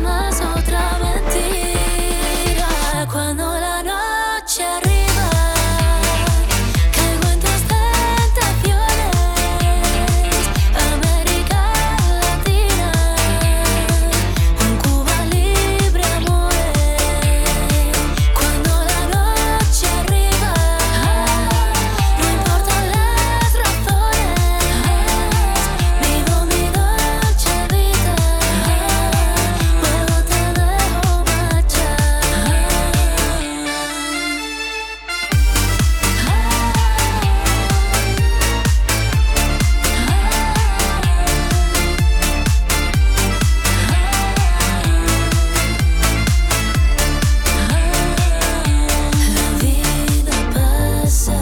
más otra mentira cuando la noche arriba. Caigo en tus tentaciones, América Latina, un Cuba libre amores. Cuando la noche arriba, no importan las razones, vivo mi noche vida, luego te dejo marchar. La vida pasa.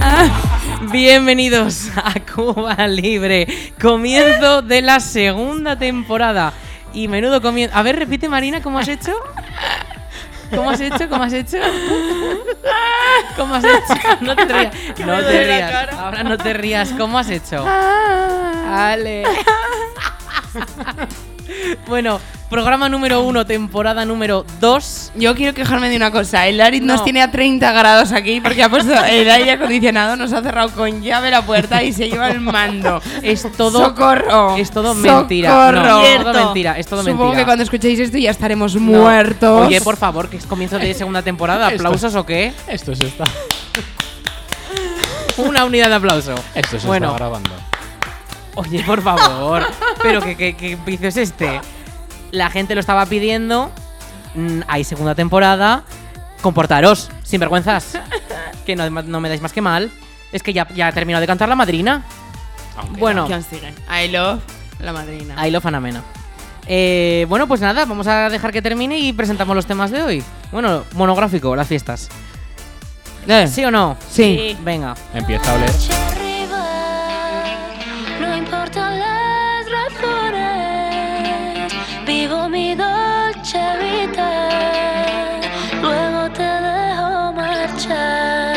Ah, Bienvenidos a Cuba Libre, comienzo de la segunda temporada. Y menudo comienzo. A ver, repite Marina, ¿cómo has hecho? ¿Cómo has hecho? ¿Cómo has hecho? ¿Cómo has hecho? No te rías. No te rías. Ahora no te rías. ¿Cómo has hecho? Ale. Bueno, programa número uno, temporada número dos. Yo quiero quejarme de una cosa. El Arid No. nos tiene a 30 grados aquí porque ha puesto el aire acondicionado, nos ha cerrado con llave la puerta y se lleva el mando. Es todo. ¡Socorro! Es todo mentira. No, ¡Socorro! es todo mentira. Es todo Supongo mentira. que cuando escuchéis esto ya estaremos No. muertos. Oye, por favor, que es comienzo de segunda temporada. Esto- ¿Aplausos o qué? Esto se está, Una unidad de aplauso. esto se bueno, está grabando. oye, por favor. Pero que que que vicio es este. La gente lo estaba pidiendo. Mm, Hay segunda temporada. Comportaros, sin vergüenzas. Que no, no me dais más que mal. Es que ya, ya he terminado de cantar la madrina. Aunque bueno, ¿Quién sigue? I love la madrina. ahí lo fanamena. Eh, bueno, pues nada, vamos a dejar que termine y presentamos los temas de hoy. Bueno, monográfico, las fiestas. Eh, ¿Sí o no? Sí. Venga. Empieza a oler. No importan las razones, vivo mi dolce vita, luego te dejo marchar.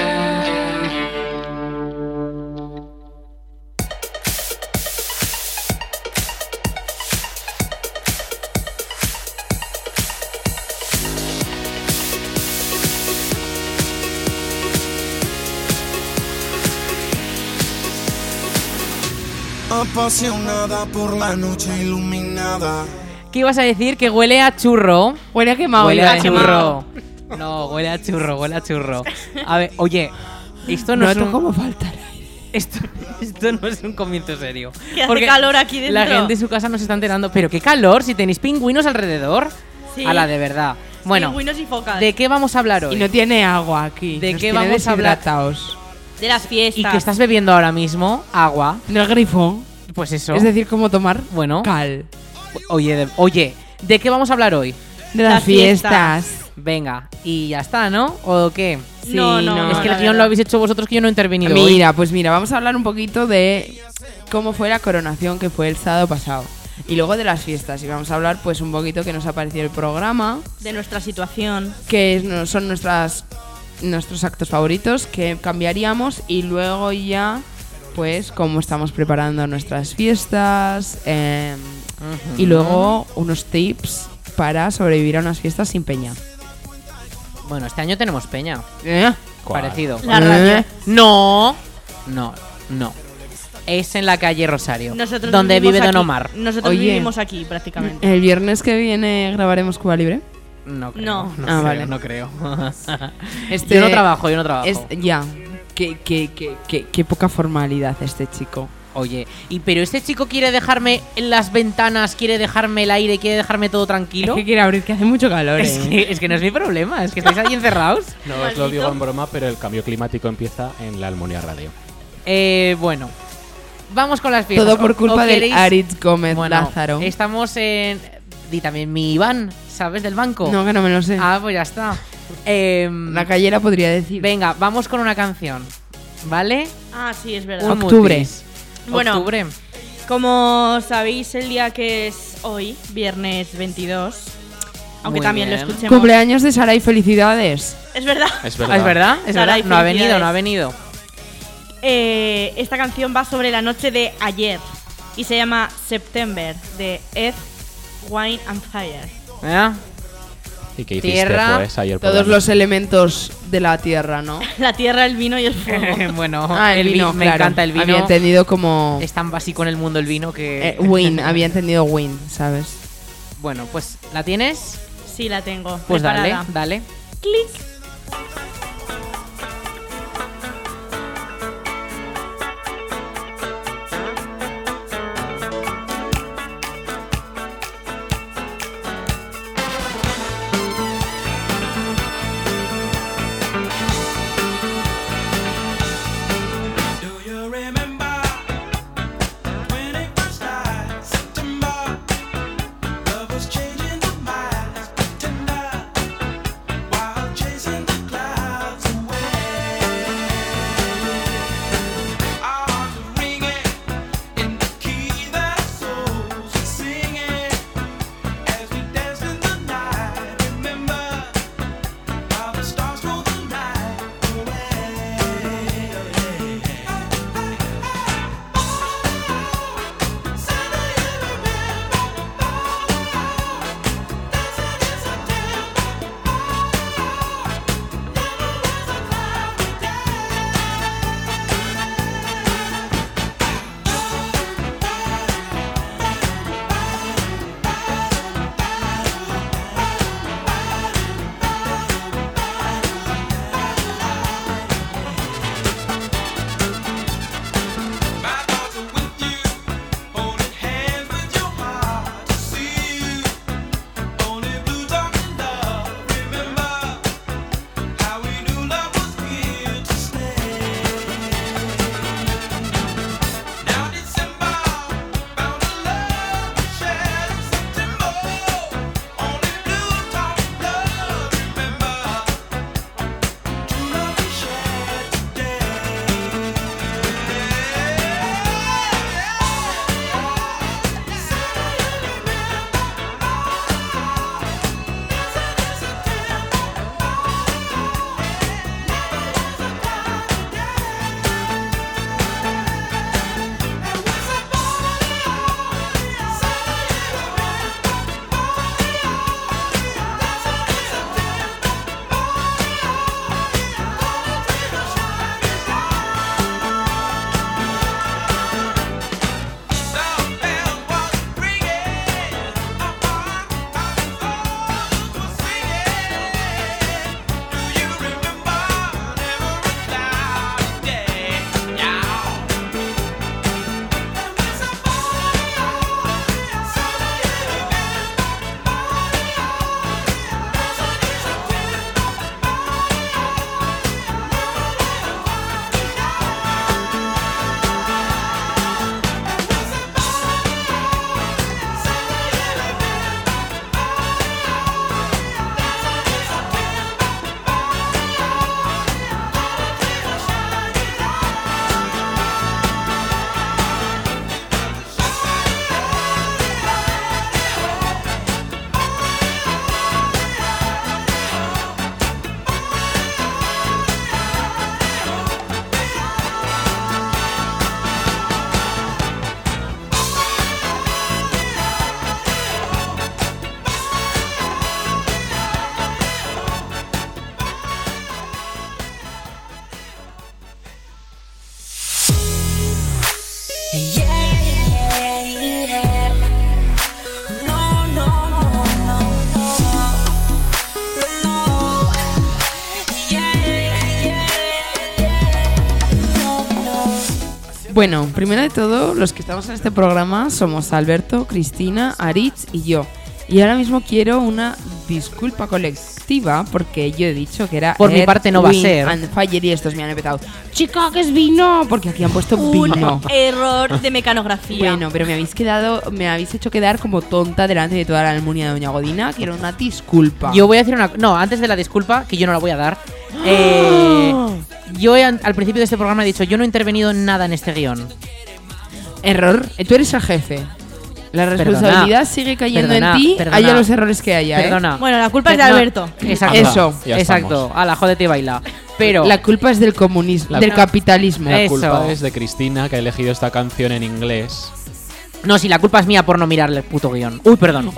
Apasionada por la noche iluminada. ¿Qué ibas a decir? Que huele a churro. Huele a quemado. huele huele a churro. No, huele a churro, huele a churro. A ver, oye, esto no, No, es esto un, como falta. esto, esto no es un comienzo serio. Que hace calor aquí dentro. La gente en su casa no se está enterando. Pero qué calor, si tenéis pingüinos alrededor. Sí. A la de verdad. Bueno, Pingüinos y focas. ¿de qué vamos a hablar hoy? Y no tiene agua aquí. ¿De Nos qué tiene vamos a hablar? deshidratados. De las ¿Y fiestas. qué estás bebiendo ahora mismo? Agua. Del grifo. Pues eso. Es decir, cómo tomar bueno, cal. oye, de- oye, ¿de qué vamos a hablar hoy? De las, Las fiestas. fiestas. Venga, y ya está, ¿no? ¿O qué? No, no, es que la el guión verdad. lo habéis hecho vosotros que yo no he intervenido. hoy. Mira, pues mira, vamos a hablar un poquito de cómo fue la coronación que fue el sábado pasado. Y luego de las fiestas. Y vamos a hablar pues un poquito que nos ha parecido el programa, De nuestra situación. que es- no- son nuestras nuestros actos favoritos que cambiaríamos y luego ya pues cómo estamos preparando nuestras fiestas eh, y luego unos tips para sobrevivir a unas fiestas sin peña. Bueno, este año tenemos peña. ¿Eh? ¿Cuál? Parecido. La Eh. radio. No, no, no. Es en la calle Rosario, Nosotros donde vivimos vive Don aquí. Omar. Eh. Nosotros Oye. vivimos aquí prácticamente. El viernes que viene grabaremos Cuba Libre. No creo. No. Ah, creo, vale. No creo. Este- Yo no trabajo, yo no trabajo. Es- ya. Qué, qué- qué- qué- qué poca formalidad este chico. Oye, y pero este chico quiere dejarme en las ventanas, quiere dejarme el aire, quiere dejarme todo tranquilo. Es que quiere abrir, que hace mucho calor. Es eh. que, es que no es mi problema, es que estáis ahí encerrados. No os lo digo en broma, pero el cambio climático empieza en la Almunia Radio. Eh, bueno, vamos con las fiestas. Todo por ¿O- culpa o del queréis- Aritz Gómez Bueno, Lázaro. Estamos en. Di también mi Iván, ¿sabes? Del banco. No, que no me lo sé. Ah, pues ya está. Em, La callera podría decir. venga, vamos con una canción. ¿vale? Ah, sí, es verdad. Un Octubre. mutis. Bueno. Octubre. Como sabéis, el día que es hoy, viernes 22, aunque Muy también bien. lo escuchemos. Cumpleaños de Sara y felicidades. Es verdad. Es Ah, verdad. Es verdad, es Sara, verdad. No ha felicidades. venido, no ha venido. Eh, esta canción va sobre la noche de ayer y se llama September de Ed, Wine and Fire. ¿Eh? ¿Y qué hiciste Tierra, pues, ayer por la Todos noche? los elementos de la tierra, ¿no? La tierra, el vino y el fuego. bueno, Ah, el vino, me claro. encanta el vino. Había entendido como Es tan básico en el mundo el vino que. eh, win, había entendido win, ¿sabes? Bueno, pues la tienes. Sí, la tengo. Pues preparada. dale, dale. Clic. Stars for the night My thoughts are with you, holding hands with your heart to see you. Only blue talking love. Remember how we knew love was here to stay. Now December found a love we shared in September. Only blue talking love. Remember true love we shared today. Bueno, primero de todo, los que estamos en este programa somos Alberto, Cristina, Aritz y yo. Y ahora mismo quiero una disculpa colectiva porque yo he dicho que era. Por mi Earth, parte no va a Wind ser. and Fire y estos me han empezado. Chica, que es vino, porque aquí han puesto vino. Un error de mecanografía. Bueno, pero me habéis quedado, me habéis hecho quedar como tonta delante de toda la almunia de Doña Godina. Quiero una disculpa. Yo voy a decir una. No, antes de la disculpa, que yo no la voy a dar. eh, Yo he an- al principio de este programa he dicho, yo no he intervenido en nada en este guión. Error. Eh, Tú eres el jefe. La responsabilidad sigue cayendo Perdona, en ti, perdona. haya los errores que haya. ¿eh? Perdona. Bueno, la culpa es de Perdona. Alberto. Exacto. Anda, ya exacto. estamos. Ala, jódete y baila. Pero La culpa es del comunismo, La- del capitalismo. Eh, La Eso. culpa es de Cristina, que ha elegido esta canción en inglés. no, si la culpa es mía por no mirarle el puto guión. Uy, perdón.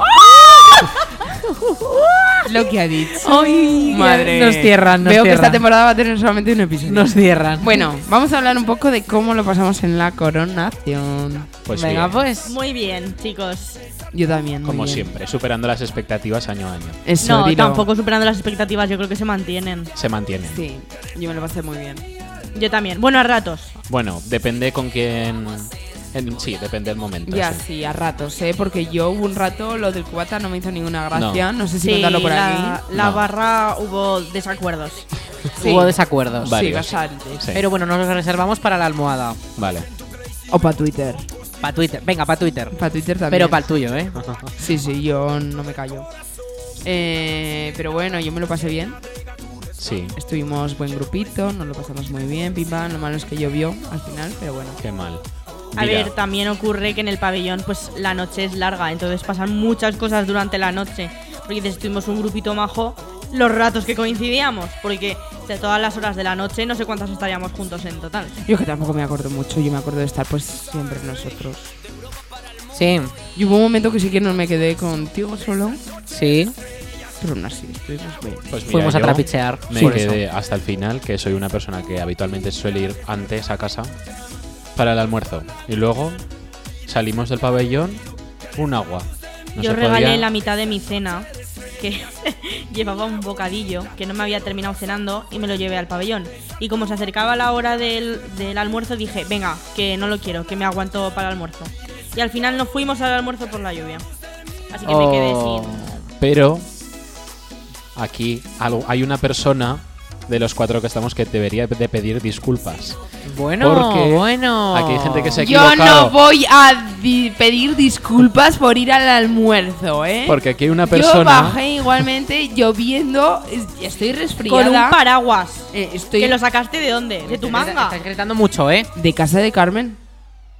lo que ha dicho. Ay, Madre. Nos cierran, nos Veo que cierran. esta temporada va a tener solamente un episodio. Nos cierran. Bueno, vamos a hablar un poco de cómo lo pasamos en la coronación. Pues venga, bien, pues. Muy bien, chicos. Yo también. muy como bien. siempre, superando las expectativas año a año. Eso, No, dilo. tampoco superando las expectativas, yo creo que se mantienen. Se mantienen. Sí, yo me lo pasé muy bien. Yo también. Bueno, a ratos. Bueno, depende con quién. en- sí, depende del momento. Ya, sí. sí, a ratos, ¿eh? Porque yo hubo un rato lo del cubata no me hizo ninguna gracia. No, No. sé si contarlo por la, aquí. la No. barra hubo desacuerdos. Sí. Hubo desacuerdos. Vale. Sí, Varios. bastante. Sí, Pero bueno, nos los reservamos para la almohada. Vale. O para Twitter. Para Twitter. Venga, para Twitter. Para Twitter también. Pero para el tuyo, ¿eh? Sí, sí, yo no me callo. Eh, pero bueno, yo me lo pasé bien. Sí, Estuvimos buen grupito, nos lo pasamos muy bien, pim pam. Lo malo es que llovió al final, pero bueno. qué mal. A Mira, ver, también ocurre que en el pabellón pues la noche es larga, entonces pasan muchas cosas durante la noche. Porque dices, estuvimos un grupito majo los ratos que coincidíamos, porque de todas las horas de la noche no sé cuántas estaríamos juntos en total. Yo que tampoco me acuerdo mucho, yo me acuerdo de estar pues siempre nosotros. Sí. Y hubo un momento que sí que no me quedé contigo solo, Sí. pero aún así estuvimos bien. pues mira, Fuimos a yo trapichear. Me por eso. quedé hasta el final, que soy una persona que habitualmente suele ir antes a casa para el almuerzo. Y luego salimos del pabellón, un agua. No Yo se regalé podía- la mitad de mi cena, que llevaba un bocadillo que no me había terminado cenando y me lo llevé al pabellón. Y como se acercaba la hora del, del almuerzo, dije, venga, que no lo quiero, que me aguanto para el almuerzo. Y al final no fuimos al almuerzo por la lluvia. Así que me quedé Oh. sin... Pero aquí algo- hay una persona de los cuatro que estamos que debería de pedir disculpas. Bueno, Porque bueno. aquí hay gente que se ha Yo no equivocado. voy a di- pedir disculpas por ir al almuerzo, ¿eh? Porque aquí hay una Yo persona. bajé igualmente lloviendo, es- estoy resfriada. Con un paraguas. Eh, estoy ¿Que lo sacaste de dónde? ¿De tu manga? Estás gritando mucho, ¿eh? de casa de Carmen.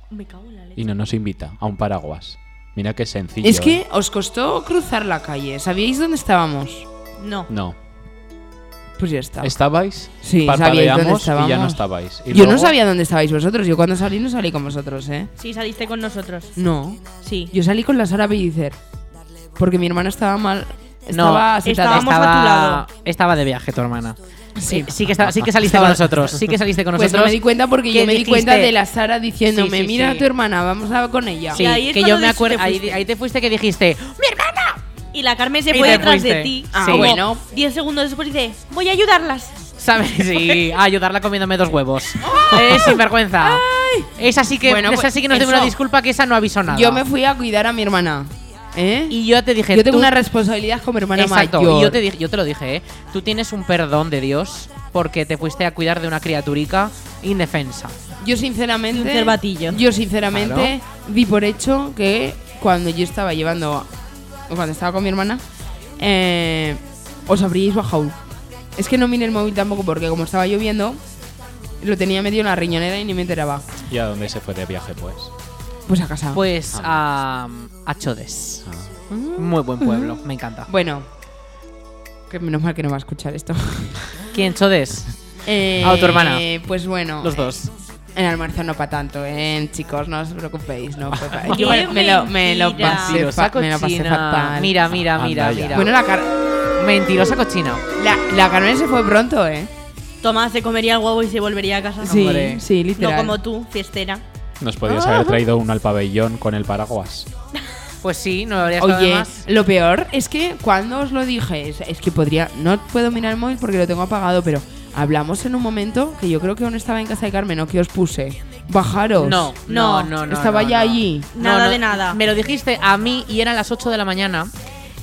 Me cago en la leche. Y no nos invita a un paraguas. Mira qué sencillo. Es que ¿eh? os costó cruzar la calle. ¿Sabíais dónde estábamos? No. No. Pues ya está. ¿Estabais? Sí, sabíais dónde parpadeamos y ya estábamos. no estabais. Y Yo no luego- sabía dónde estabais vosotros. Yo cuando salí no salí con vosotros, ¿eh? Sí, saliste con nosotros. No. Sí. Yo salí con la Sara Bellicer. Porque mi hermana estaba mal. Estaba no, sentada. estábamos estaba, a tu lado. estaba de viaje tu hermana. Sí. Sí, sí que, esta- sí que saliste con nosotros. Sí que saliste con Pues nosotros. no me di cuenta porque ¿Qué yo me di dijiste? cuenta de la Sara diciéndome, Sí, sí, mira sí. a tu hermana, vamos a con ella. Sí, Y ahí es que yo cuando me des- te acuerdo. Ahí, fuiste. ahí te fuiste que dijiste. Y la Carmen se Y fue te detrás fuiste. de ti. Ah, como bueno. 10 segundos después dice, voy a ayudarlas. ¿Sabes? Sí, a ayudarla comiéndome dos huevos. ¡Ah! Es sinvergüenza. Esa sí que, Bueno, esa pues sí que nos debe eso. una disculpa que esa no avisó nada. Yo me fui a cuidar a mi hermana. ¿Eh? Y yo te dije. yo tengo tú- una responsabilidad como hermana Exacto, mayor. y yo te, dije- yo te lo dije, ¿eh? Tú tienes un perdón de Dios porque te fuiste a cuidar de una criaturica indefensa. Yo Y sinceramente. un cervatillo. Yo sinceramente di por hecho que cuando yo estaba llevando. o Cuando estaba con mi hermana. eh, os habríais bajado. Es que no miré el móvil tampoco porque como estaba lloviendo. Lo tenía medio en la riñonera y ni me enteraba. ¿Y a dónde se fue de viaje, pues? Pues a casa. Pues a, ah. a Chodes. Ah. Muy buen pueblo, me encanta. bueno. Que menos mal que no va a escuchar esto. ¿Quién Chodes? Eh, A tu hermana. Pues bueno. Los dos. En almuerzo no para tanto, ¿eh? Chicos, no os preocupéis. No fue pa- Qué Yo me, me lo, me lo mentira. pasé, fa- Mentirosa me lo pasé cochina. fatal. Mira, mira, mira, Anda ya. mira. Bueno, la, car- Mentirosa cochina. la, la Carmen se fue pronto, ¿eh? Tomás se comería el huevo y se volvería a casa. Sí, Hombre. sí, No literal. como tú, fiestera. Nos podías Ah. haber traído uno al pabellón con el paraguas. Pues sí, no lo habría estado de Oye, más. lo peor es que cuando os lo dije, es, es que podría, no puedo mirar el móvil porque lo tengo apagado, pero hablamos en un momento que yo creo que aún estaba en casa de Carmen, o que os puse, bajaros. No, no, No, no, no. estaba no, ya no. allí. Nada de nada. Me lo dijiste a mí y eran las 8 de la mañana.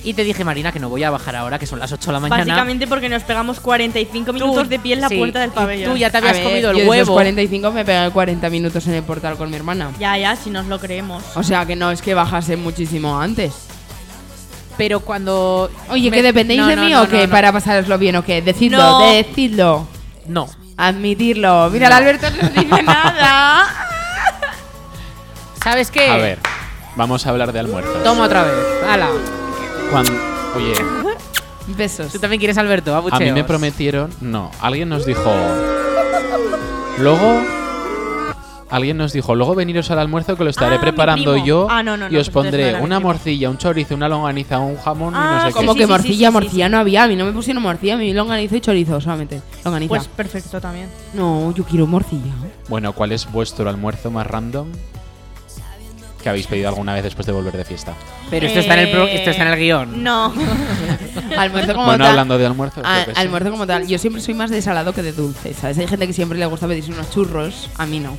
Y te dije, Marina, que no voy a bajar ahora, que son las 8 de la mañana. Básicamente porque nos pegamos 45 Tú- minutos de pie en la sí, puerta del y pabellón. Tú ya te A habías ver, comido yo el de esos huevo. 45 me pegué 40 minutos en el portal con mi hermana. Ya, ya, si nos lo creemos. O sea que no es que bajase muchísimo antes. Pero cuando. Oye, me- ¿que dependéis No, de no, mí no, o qué? no, no. Para pasároslo bien o qué? Decidlo, No. decidlo. No. Admitirlo. Mira, el Alberto no dice nada. ¿Sabes qué? A ver, vamos a hablar de almuerzo. Toma otra vez. Hala. Cuando, oye, Besos. Tú también quieres Alberto, a abucheos. mí me prometieron. No, alguien nos dijo. Luego. Alguien nos dijo, luego veniros al almuerzo que lo estaré Ah, mi preparando primo. yo Ah, no, no, y no, os pues entonces no pondré era mi una primo. morcilla, un chorizo, una longaniza, un jamón Ah, y no sé Como Sí, que qué. sí, sí, morcilla, sí, sí, morcilla no había. A mí no me pusieron morcilla, a mí longaniza y chorizo solamente. Longaniza. Pues perfecto también. no, yo quiero morcilla. Bueno, ¿cuál es vuestro almuerzo más random que habéis pedido alguna vez después de volver de fiesta? Pero esto está en el, pro- esto está en Eh, el guión. Eh, No. Almuerzo como Bueno, tal. hablando de almuerzo, ah, a- creo que sí. almuerzo como tal. Yo siempre soy más de salado que de dulce, ¿sabes? Hay gente que siempre le gusta pedirse unos churros, a mí no.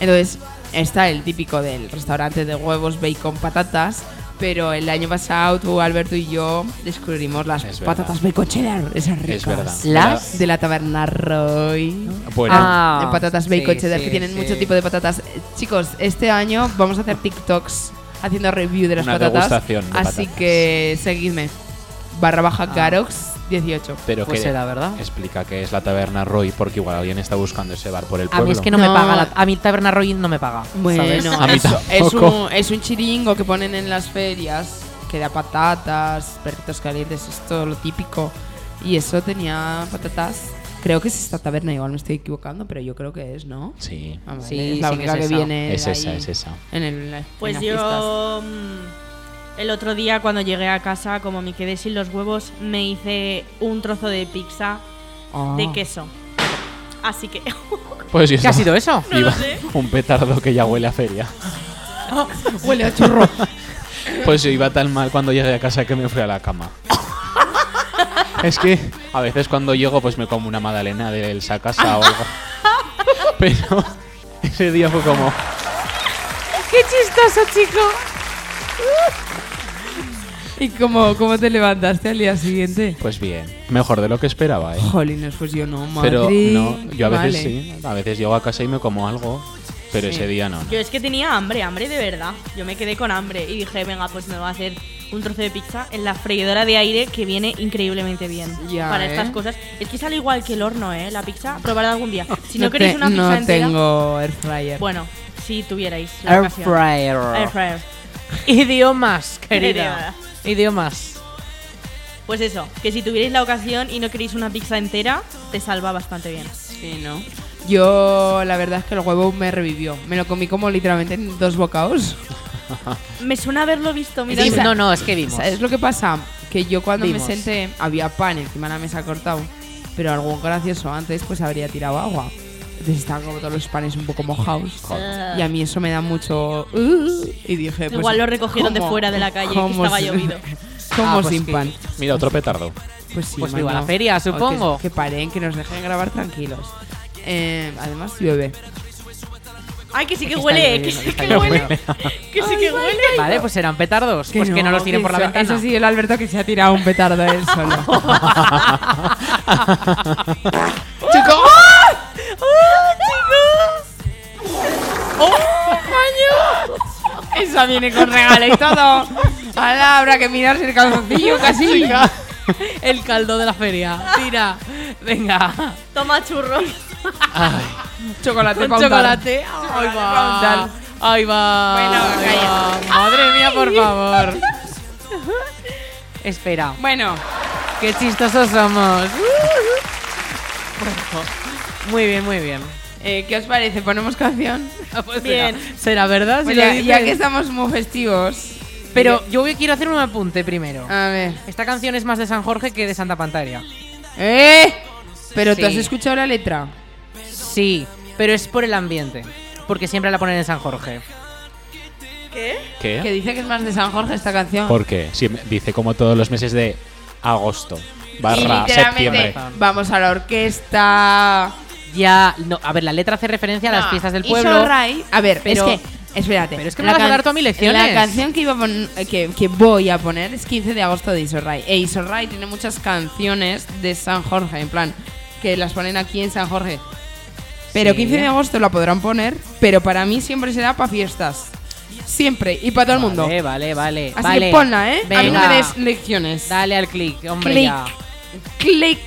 Entonces, está el típico del restaurante de huevos, bacon, patatas. Pero el año pasado tú, Alberto y yo descubrimos las Es verdad. patatas bacon cheddar, esas ricas. Es verdad. Las- De la taberna Roy. Bueno, Ah, de patatas bacon sí, cheddar, sí, que tienen sí. mucho tipo de patatas. Eh, Chicos, este año vamos a hacer TikToks haciendo review de las Una patatas. degustación de así patatas. que seguidme. Barra baja Ah. Garox 18. pero Pues que será, ¿verdad? explica que es la taberna Roy porque igual alguien está buscando ese bar por el A pueblo. mí es que no, me No. paga. la- a mí Taberna Roy no me paga. Bueno, ¿sabes? A mí es, es tampoco. un, es un chiringo que ponen en las ferias que da patatas, perritos calientes, es todo lo típico. Y eso tenía patatas. Creo que es esta taberna, igual me estoy equivocando, pero yo creo que es, ¿no? Sí, Ah, vale, Sí, es la sí que única es que, esa. viene. es ahí esa, es esa. En el, en Pues las fiestas. yo mm, el otro día cuando llegué a casa, como me quedé sin los huevos, me hice un trozo de pizza Ah. de queso. Así que Pues yo ¿Qué ha sido eso? No lo sé. un petardo que ya huele a feria. Huele a churro. Pues yo iba tan mal cuando llegué a casa que me fui a la cama. es que a veces cuando llego pues me como una magdalena del sacasa o algo. Pero ese día fue como ¡Qué chistoso, chico! ¿Y cómo, cómo te levantaste al día siguiente? pues bien, mejor de lo que esperaba, ¿eh? Jolines, pues yo no, madre. Pero no, yo a veces Vale. sí, a veces llego a casa y me como algo, pero ese día no. no. yo es que tenía hambre, hambre de verdad. Yo me quedé con hambre y dije, venga, pues me voy a hacer un trozo de pizza en la freidora de aire que viene increíblemente bien Ya, para ¿eh? estas cosas. Es que sale igual que el horno, ¿eh? La pizza, probarla algún día. Si no, te- queréis una pizza No entera, tengo air fryer. bueno, si tuvierais la Air ocasión. Air fryer. fryer. Idiomas, querida. Querida. Idiomas. Pues eso, que si tuvierais la ocasión y no queréis una pizza entera, te salva bastante bien. Sí, ¿no? Yo, la verdad es que el huevo me revivió. Me lo comí como literalmente en dos bocados. Me suena haberlo visto, mira. Sí, No, no, es que vimos. ¿Sabes lo que pasa? Que yo cuando Vimos. me senté, había pan encima de la mesa cortado. Pero algún gracioso antes, pues habría tirado agua. Entonces estaban como todos los panes un poco mojados. eh, Y a mí eso me da mucho. "Uh", y dije, pues, Igual lo recogieron de ¿cómo? fuera de la calle, que ¿Cómo estaba se- llovido. ¿Cómo Ah, pues sin que- pan? Mira, otro petardo. Pues sí, Pues viva mano. la feria, O que- supongo. Que, paren, que nos dejen grabar tranquilos. Eh, además, llueve. Ay, que sí que Está huele, lloviendo, que sí está que huele, lloviendo. que sí que huele. Vale, pues serán petardos. pues que no los tiren por la eso- ventana. Eso sí, el Alberto que se ha tirado un petardo él solo. ¡Chico! ¡Ah, ¡Oh, Esa viene con regalo y todo. Ahora habrá que mirarse el calzoncillo casi. El caldo de la feria. Tira. Venga. Toma churros. chocolate Con pa' untar. chocolate. Ahí va. Ahí va. Bueno, Ahí va. Madre mía, por favor. Espera. Bueno, Qué chistosos somos. Muy bien, muy bien. eh, ¿qué os parece? ¿Ponemos canción? Ah, pues Bien. será- Será verdad. si Pues lo ya, dices. ya que estamos muy festivos. Pero yo voy- quiero hacer un apunte primero. A ver. Esta canción es más de San Jorge que de Santa Pantaria. ¡Eh! Pero Sí. tú has escuchado la letra. Sí, pero es por el ambiente. Porque siempre la ponen en San Jorge. Que ¿Qué? dice que es más de San Jorge esta canción. Porque sí, dice como todos los meses de agosto y barra literalmente septiembre. vamos a la orquesta. Ya, no, a ver, la letra hace referencia a las fiestas del Ah, Y pueblo. Sorray- A ver, pero- es que. Espérate. pero es que me la vas a can- dar tú a mí lecciones. La canción que, iba a pon- eh, que, que voy a poner es 15 de agosto de Isorray. E Isorray tiene muchas canciones de San Jorge, en plan, que las ponen aquí en San Jorge. Pero Sí. 15 de agosto la podrán poner, pero para mí siempre será para fiestas. Siempre, y para todo el mundo. Vale, vale, vale. Así vale. que ponla, ¿eh? A mí no Venga. me des lecciones. Dale al clic, hombre. Clic. ya. Click.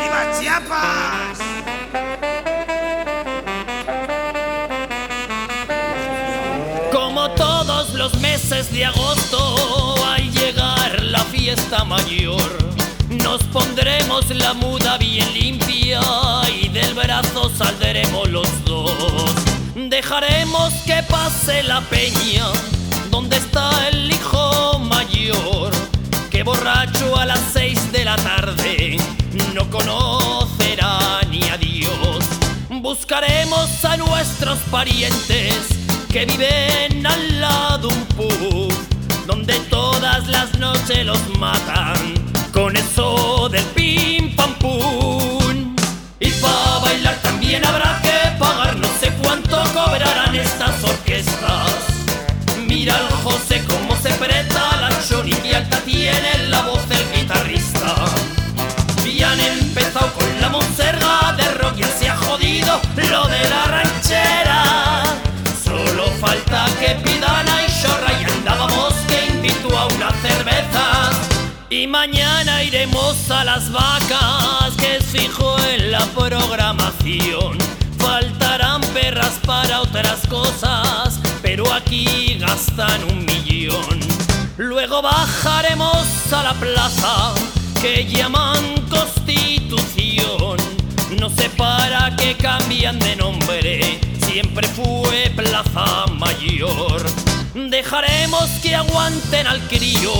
¡Viva Chiapas! Como todos los meses de agosto, al llegar la fiesta mayor, nos pondremos la muda bien limpia y del brazo saldremos los dos. Dejaremos que pase la peña, donde está el hijo mayor, que borracho a las seis de la tarde no conocerá ni a Dios. Buscaremos a nuestros parientes que viven al lado de un pub, donde todas las noches los matan con eso del pim pam pum. Y para bailar también habrá que pagar, no sé cuánto cobrarán estas orquestas. Mira al José cómo se preta, la Johnny que alta tiene la voz del guitarrista. Y han empezado con la monserga de rock y se ha jodido lo de la ranchera. Solo falta que pidan a Ishorra y andábamos que invitó a una cerveza. Y mañana iremos a las vacas que es fijo en la programación. Faltarán perras para otras cosas, pero aquí gastan un millón. Luego bajaremos a la plaza que llaman Constitución. No sé para qué cambian de nombre, siempre fue Plaza Mayor. Dejaremos que aguanten al crío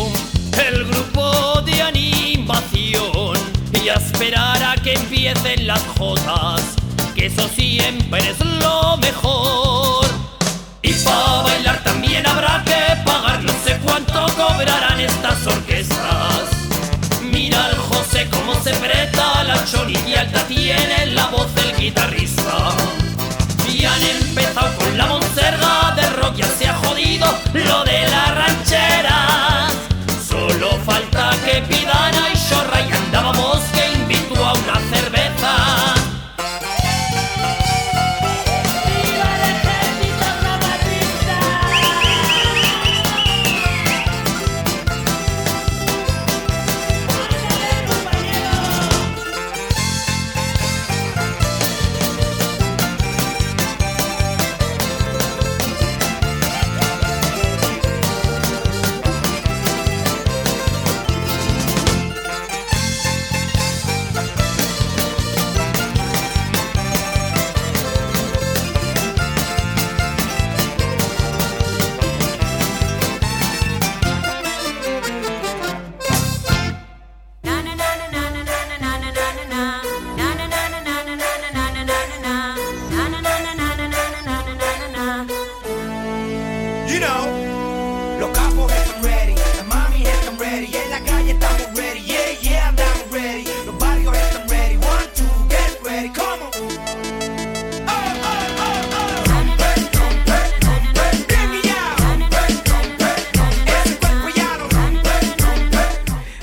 el grupo de animación y a esperar a que empiecen las jotas, que eso siempre es lo mejor. Y para bailar también habrá que pagar, no sé cuánto cobrarán estas orquestas. Mira al José cómo se preta la choni y alta tiene la voz del guitarrista. Y han empezado con la monserga de rock, ya se ha jodido lo de las rancheras. Solo falta que pidan a Ishorra y andábamos que invitó a una cerveza. You know, los capos están ready, las mami están ready, en la calle estamos ready, yeah, yeah, andamos ready, los barrios están ready, one, two, get ready, come on.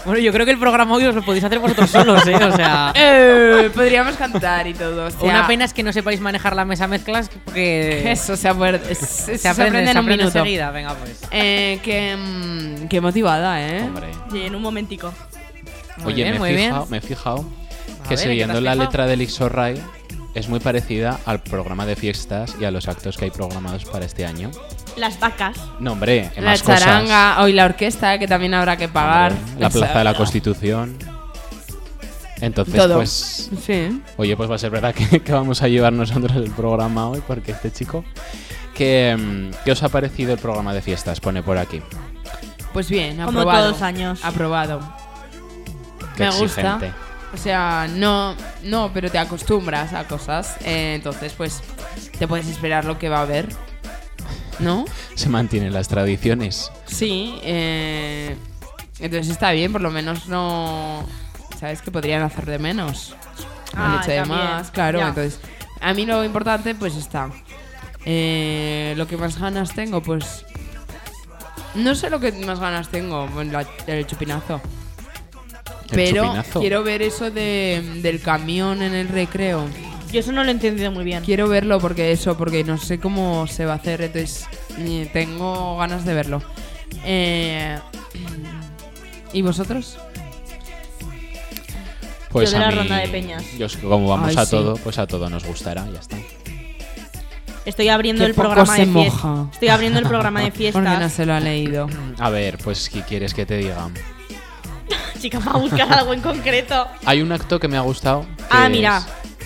Bueno, yo creo que el programa hoy os lo podéis hacer vosotros solos, ¿eh? O sea. Eh, podríamos cantar y todo. o sea, Una pena es que no sepáis manejar la mesa mezclas Eh, porque Eso se aprende, es- eso se aprende, en se un aprende minuto. enseguida. Venga, pues. Eh, que, mm, que motivada, ¿eh. Hombre. Y en un momentico. Muy Oye, bien, me, muy he bien. fijao- me he fijado A que ver, ¿en qué te siguiendo has la fijao? letra del Ixorray es muy parecida al programa de fiestas y a los actos que hay programados para este año. Las vacas. No, hombre, en La más cosas. charanga, hoy la orquesta, que también habrá que pagar. Hombre, la Plaza de la Constitución. Entonces, Todo. pues. Sí. Oye, pues va a ser verdad que, que vamos a llevar nosotros el programa hoy, porque este chico. Que, mm, ¿Qué os ha parecido el programa de fiestas? Pone por aquí. Pues bien, Como aprobado. todos años. Aprobado. Qué Me gusta. exigente. O sea, no, no, pero te acostumbras a cosas. eh, entonces, pues, te puedes esperar lo que va a haber. ¿No? Se mantienen las tradiciones. Sí. eh, entonces está bien, por lo menos no. Sabes que podrían hacer de menos. Han Ah, hecho de también, más, claro. ya. Entonces, a mí lo importante, pues está. Eh, lo que más ganas tengo, pues. No sé lo que más ganas tengo, bueno, la- el chupinazo. El Pero chupinazo. quiero ver eso de, del camión en el recreo. Yo eso no lo he entendido muy bien. Quiero verlo porque eso, porque no sé cómo se va a hacer, entonces eh, tengo ganas de verlo. Eh, ¿Y vosotros? Pues Yo de a la mí- ronda de peñas. Yo es que como vamos Ay, a sí. todo, pues a todo nos gustará, ya está. Estoy abriendo Qué el poco programa se de moja. fiestas. Estoy abriendo el programa de Porque no fiestas. se lo ha leído. A ver, pues ¿qué quieres que te diga? Chica, va a buscar algo en concreto. Hay un acto que me ha gustado. que Ah, es- mira,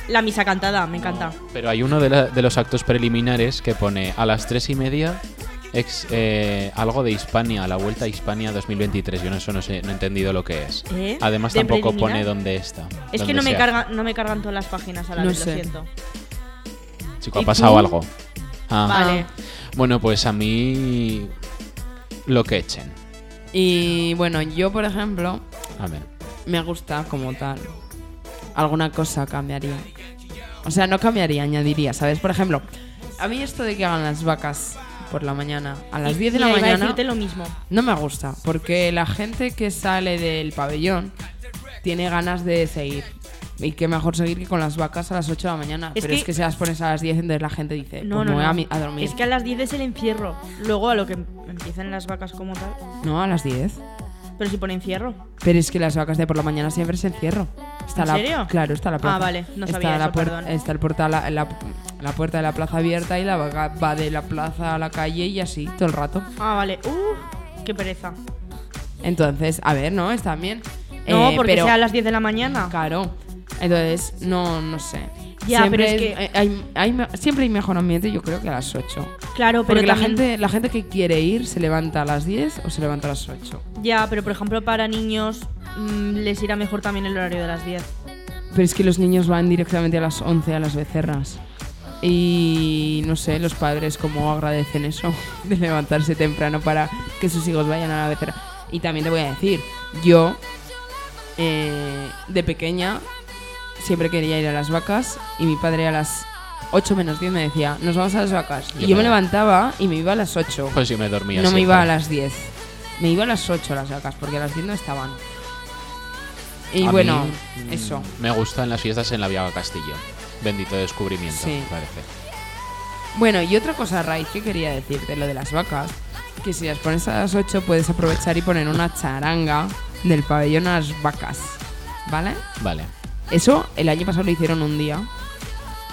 la misa cantada, me encanta. Pero hay uno de, la- de los actos preliminares que pone a las tres y media ex- eh, algo de Hispania, la vuelta a Hispania 2023. Yo no, eso no, sé, no he entendido lo que es. ¿Eh? Además, ¿De tampoco preliminar? pone dónde está. Es dónde que no me, sea. carga, no me cargan todas las páginas a la No vez, sé. lo siento. Chico, ha ¿Y pasado tú? algo. Ah. Vale. Bueno, pues a mí. Lo que echen. Y bueno, yo por ejemplo, A ver. me gusta como tal. Alguna cosa cambiaría. O sea, no cambiaría, añadiría, ¿sabes? Por ejemplo, a mí esto de que hagan las vacas por la mañana, a las 10 de la Mira, iba a mañana, decirte lo mismo. no me gusta, porque la gente que sale del pabellón tiene ganas de seguir. Y qué mejor seguir que con las vacas a las 8 de la mañana. Es Pero es que- que si las pones a las 10, entonces la gente dice, No, pues me no, voy no. A, mi- a dormir. Es que a las 10 es el encierro. Luego a lo que empiezan las vacas como tal. No, a las 10. Pero si pone encierro. Pero es que las vacas de por la mañana siempre se encierro. Está ¿En la, serio? Ah, Claro, está la plaza. vale, no está sabía la eso, puer- perdón. Está el portal, la, la- la puerta de la plaza abierta y la vaca va de la plaza a la calle y así todo el rato. Ah, vale. Uh, qué pereza. Entonces, a ver, ¿no? Está bien. No, Eh, porque pero, sea a las 10 de la mañana. Claro. Entonces, no, no sé. Ya, siempre pero es que- eh, hay, hay me- siempre hay mejor ambiente, yo creo que a las 8. Claro, pero Porque la también- gente, la gente que quiere ir se levanta a las 10 o se levanta a las 8. Ya, pero por ejemplo para niños mm, les irá mejor también el horario de las 10. Pero es que los niños van directamente a las 11 a las becerras. Y no sé, los padres cómo agradecen eso de levantarse temprano para que sus hijos vayan a la becerra. Y también te voy a decir, yo eh, de pequeña siempre quería ir a las vacas y mi padre a las 8 menos 10 me decía, nos vamos a las vacas. Y Yo yo me también. levantaba y me iba a las 8. Pues si me dormía. No me siempre. iba a las 10. Me iba a las 8 las vacas porque a las 10 no estaban. Y A bueno, mí, mm, eso. Me gustan las fiestas en la Vía Castillo. Bendito descubrimiento, Sí. me parece. Bueno, y otra cosa, Raíz, que quería decirte, lo de las vacas, que si las pones a las 8 puedes aprovechar y poner una charanga del pabellón a las vacas, ¿vale? Vale. Eso el año pasado lo hicieron un día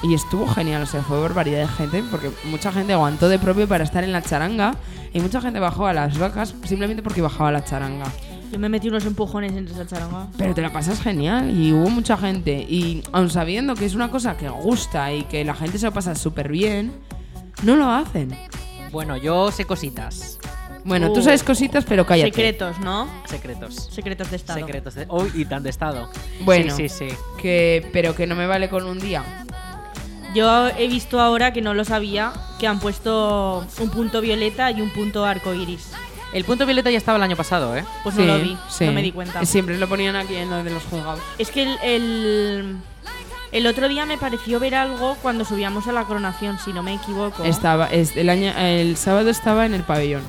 y estuvo genial, o sea, fue barbaridad de gente, porque mucha gente aguantó de propio para estar en la charanga y mucha gente bajó a las vacas simplemente porque bajaba la charanga. Yo me metí unos empujones entre esa charanga. Pero te la pasas genial y hubo mucha gente. Y aun sabiendo que es una cosa que gusta y que la gente se lo pasa súper bien, no lo hacen. Bueno, yo sé cositas. Bueno, tú Uh. sabes cositas, pero cállate. Secretos, ¿no? Secretos. Secretos de estado. Secretos de. Uy, y tan de estado. Bueno. Sí, sí, sí. Que, pero que no me vale con un día. Yo he visto ahora que no lo sabía que han puesto un punto violeta y un punto arco iris. El punto violeta ya estaba el año pasado, ¿eh? Pues Sí, no lo vi, sí. no me di cuenta. Siempre lo ponían aquí en lo de los juzgados. Es que el, el, el otro día me pareció ver algo cuando subíamos a la coronación, si no me equivoco. Estaba, es- el, año, el sábado estaba en el pabellón.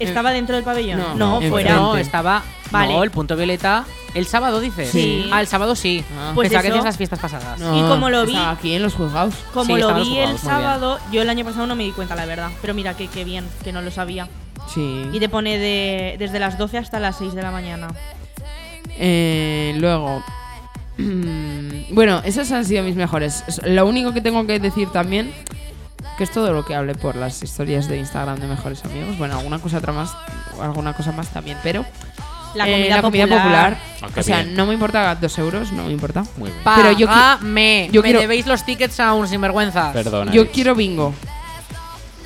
¿Estaba dentro del pabellón? Pues No, No, enfrente. fuera. No, estaba. Vale. No, el punto violeta. El sábado dices. Sí. Ah, el sábado sí. Ah. Pues Pensaba que eso. decías las fiestas pasadas. No. ¿Y cómo lo vi? Estaba aquí en los juzgados. Como Sí, lo estaban los vi el jugados, muy bien. sábado, yo el año pasado no me di cuenta, la verdad. Pero mira, que, que bien, que no lo sabía. Sí. Y te pone de, desde las 12 hasta las 6 de la mañana. Eh, luego. bueno, esas han sido mis mejores. Es- Lo único que tengo que decir también, que es todo lo que hablé por las historias de Instagram de mejores amigos. Bueno, alguna cosa otra más, alguna cosa más también, pero La eh, comida, popular. Ah, qué o sea, bien. no me importa dos euros, no me importa. Muy bien. Pero yo qui- Págame. yo me quiero- debéis los tickets a un sinvergüenza. Perdona. Yo Alex. quiero bingo.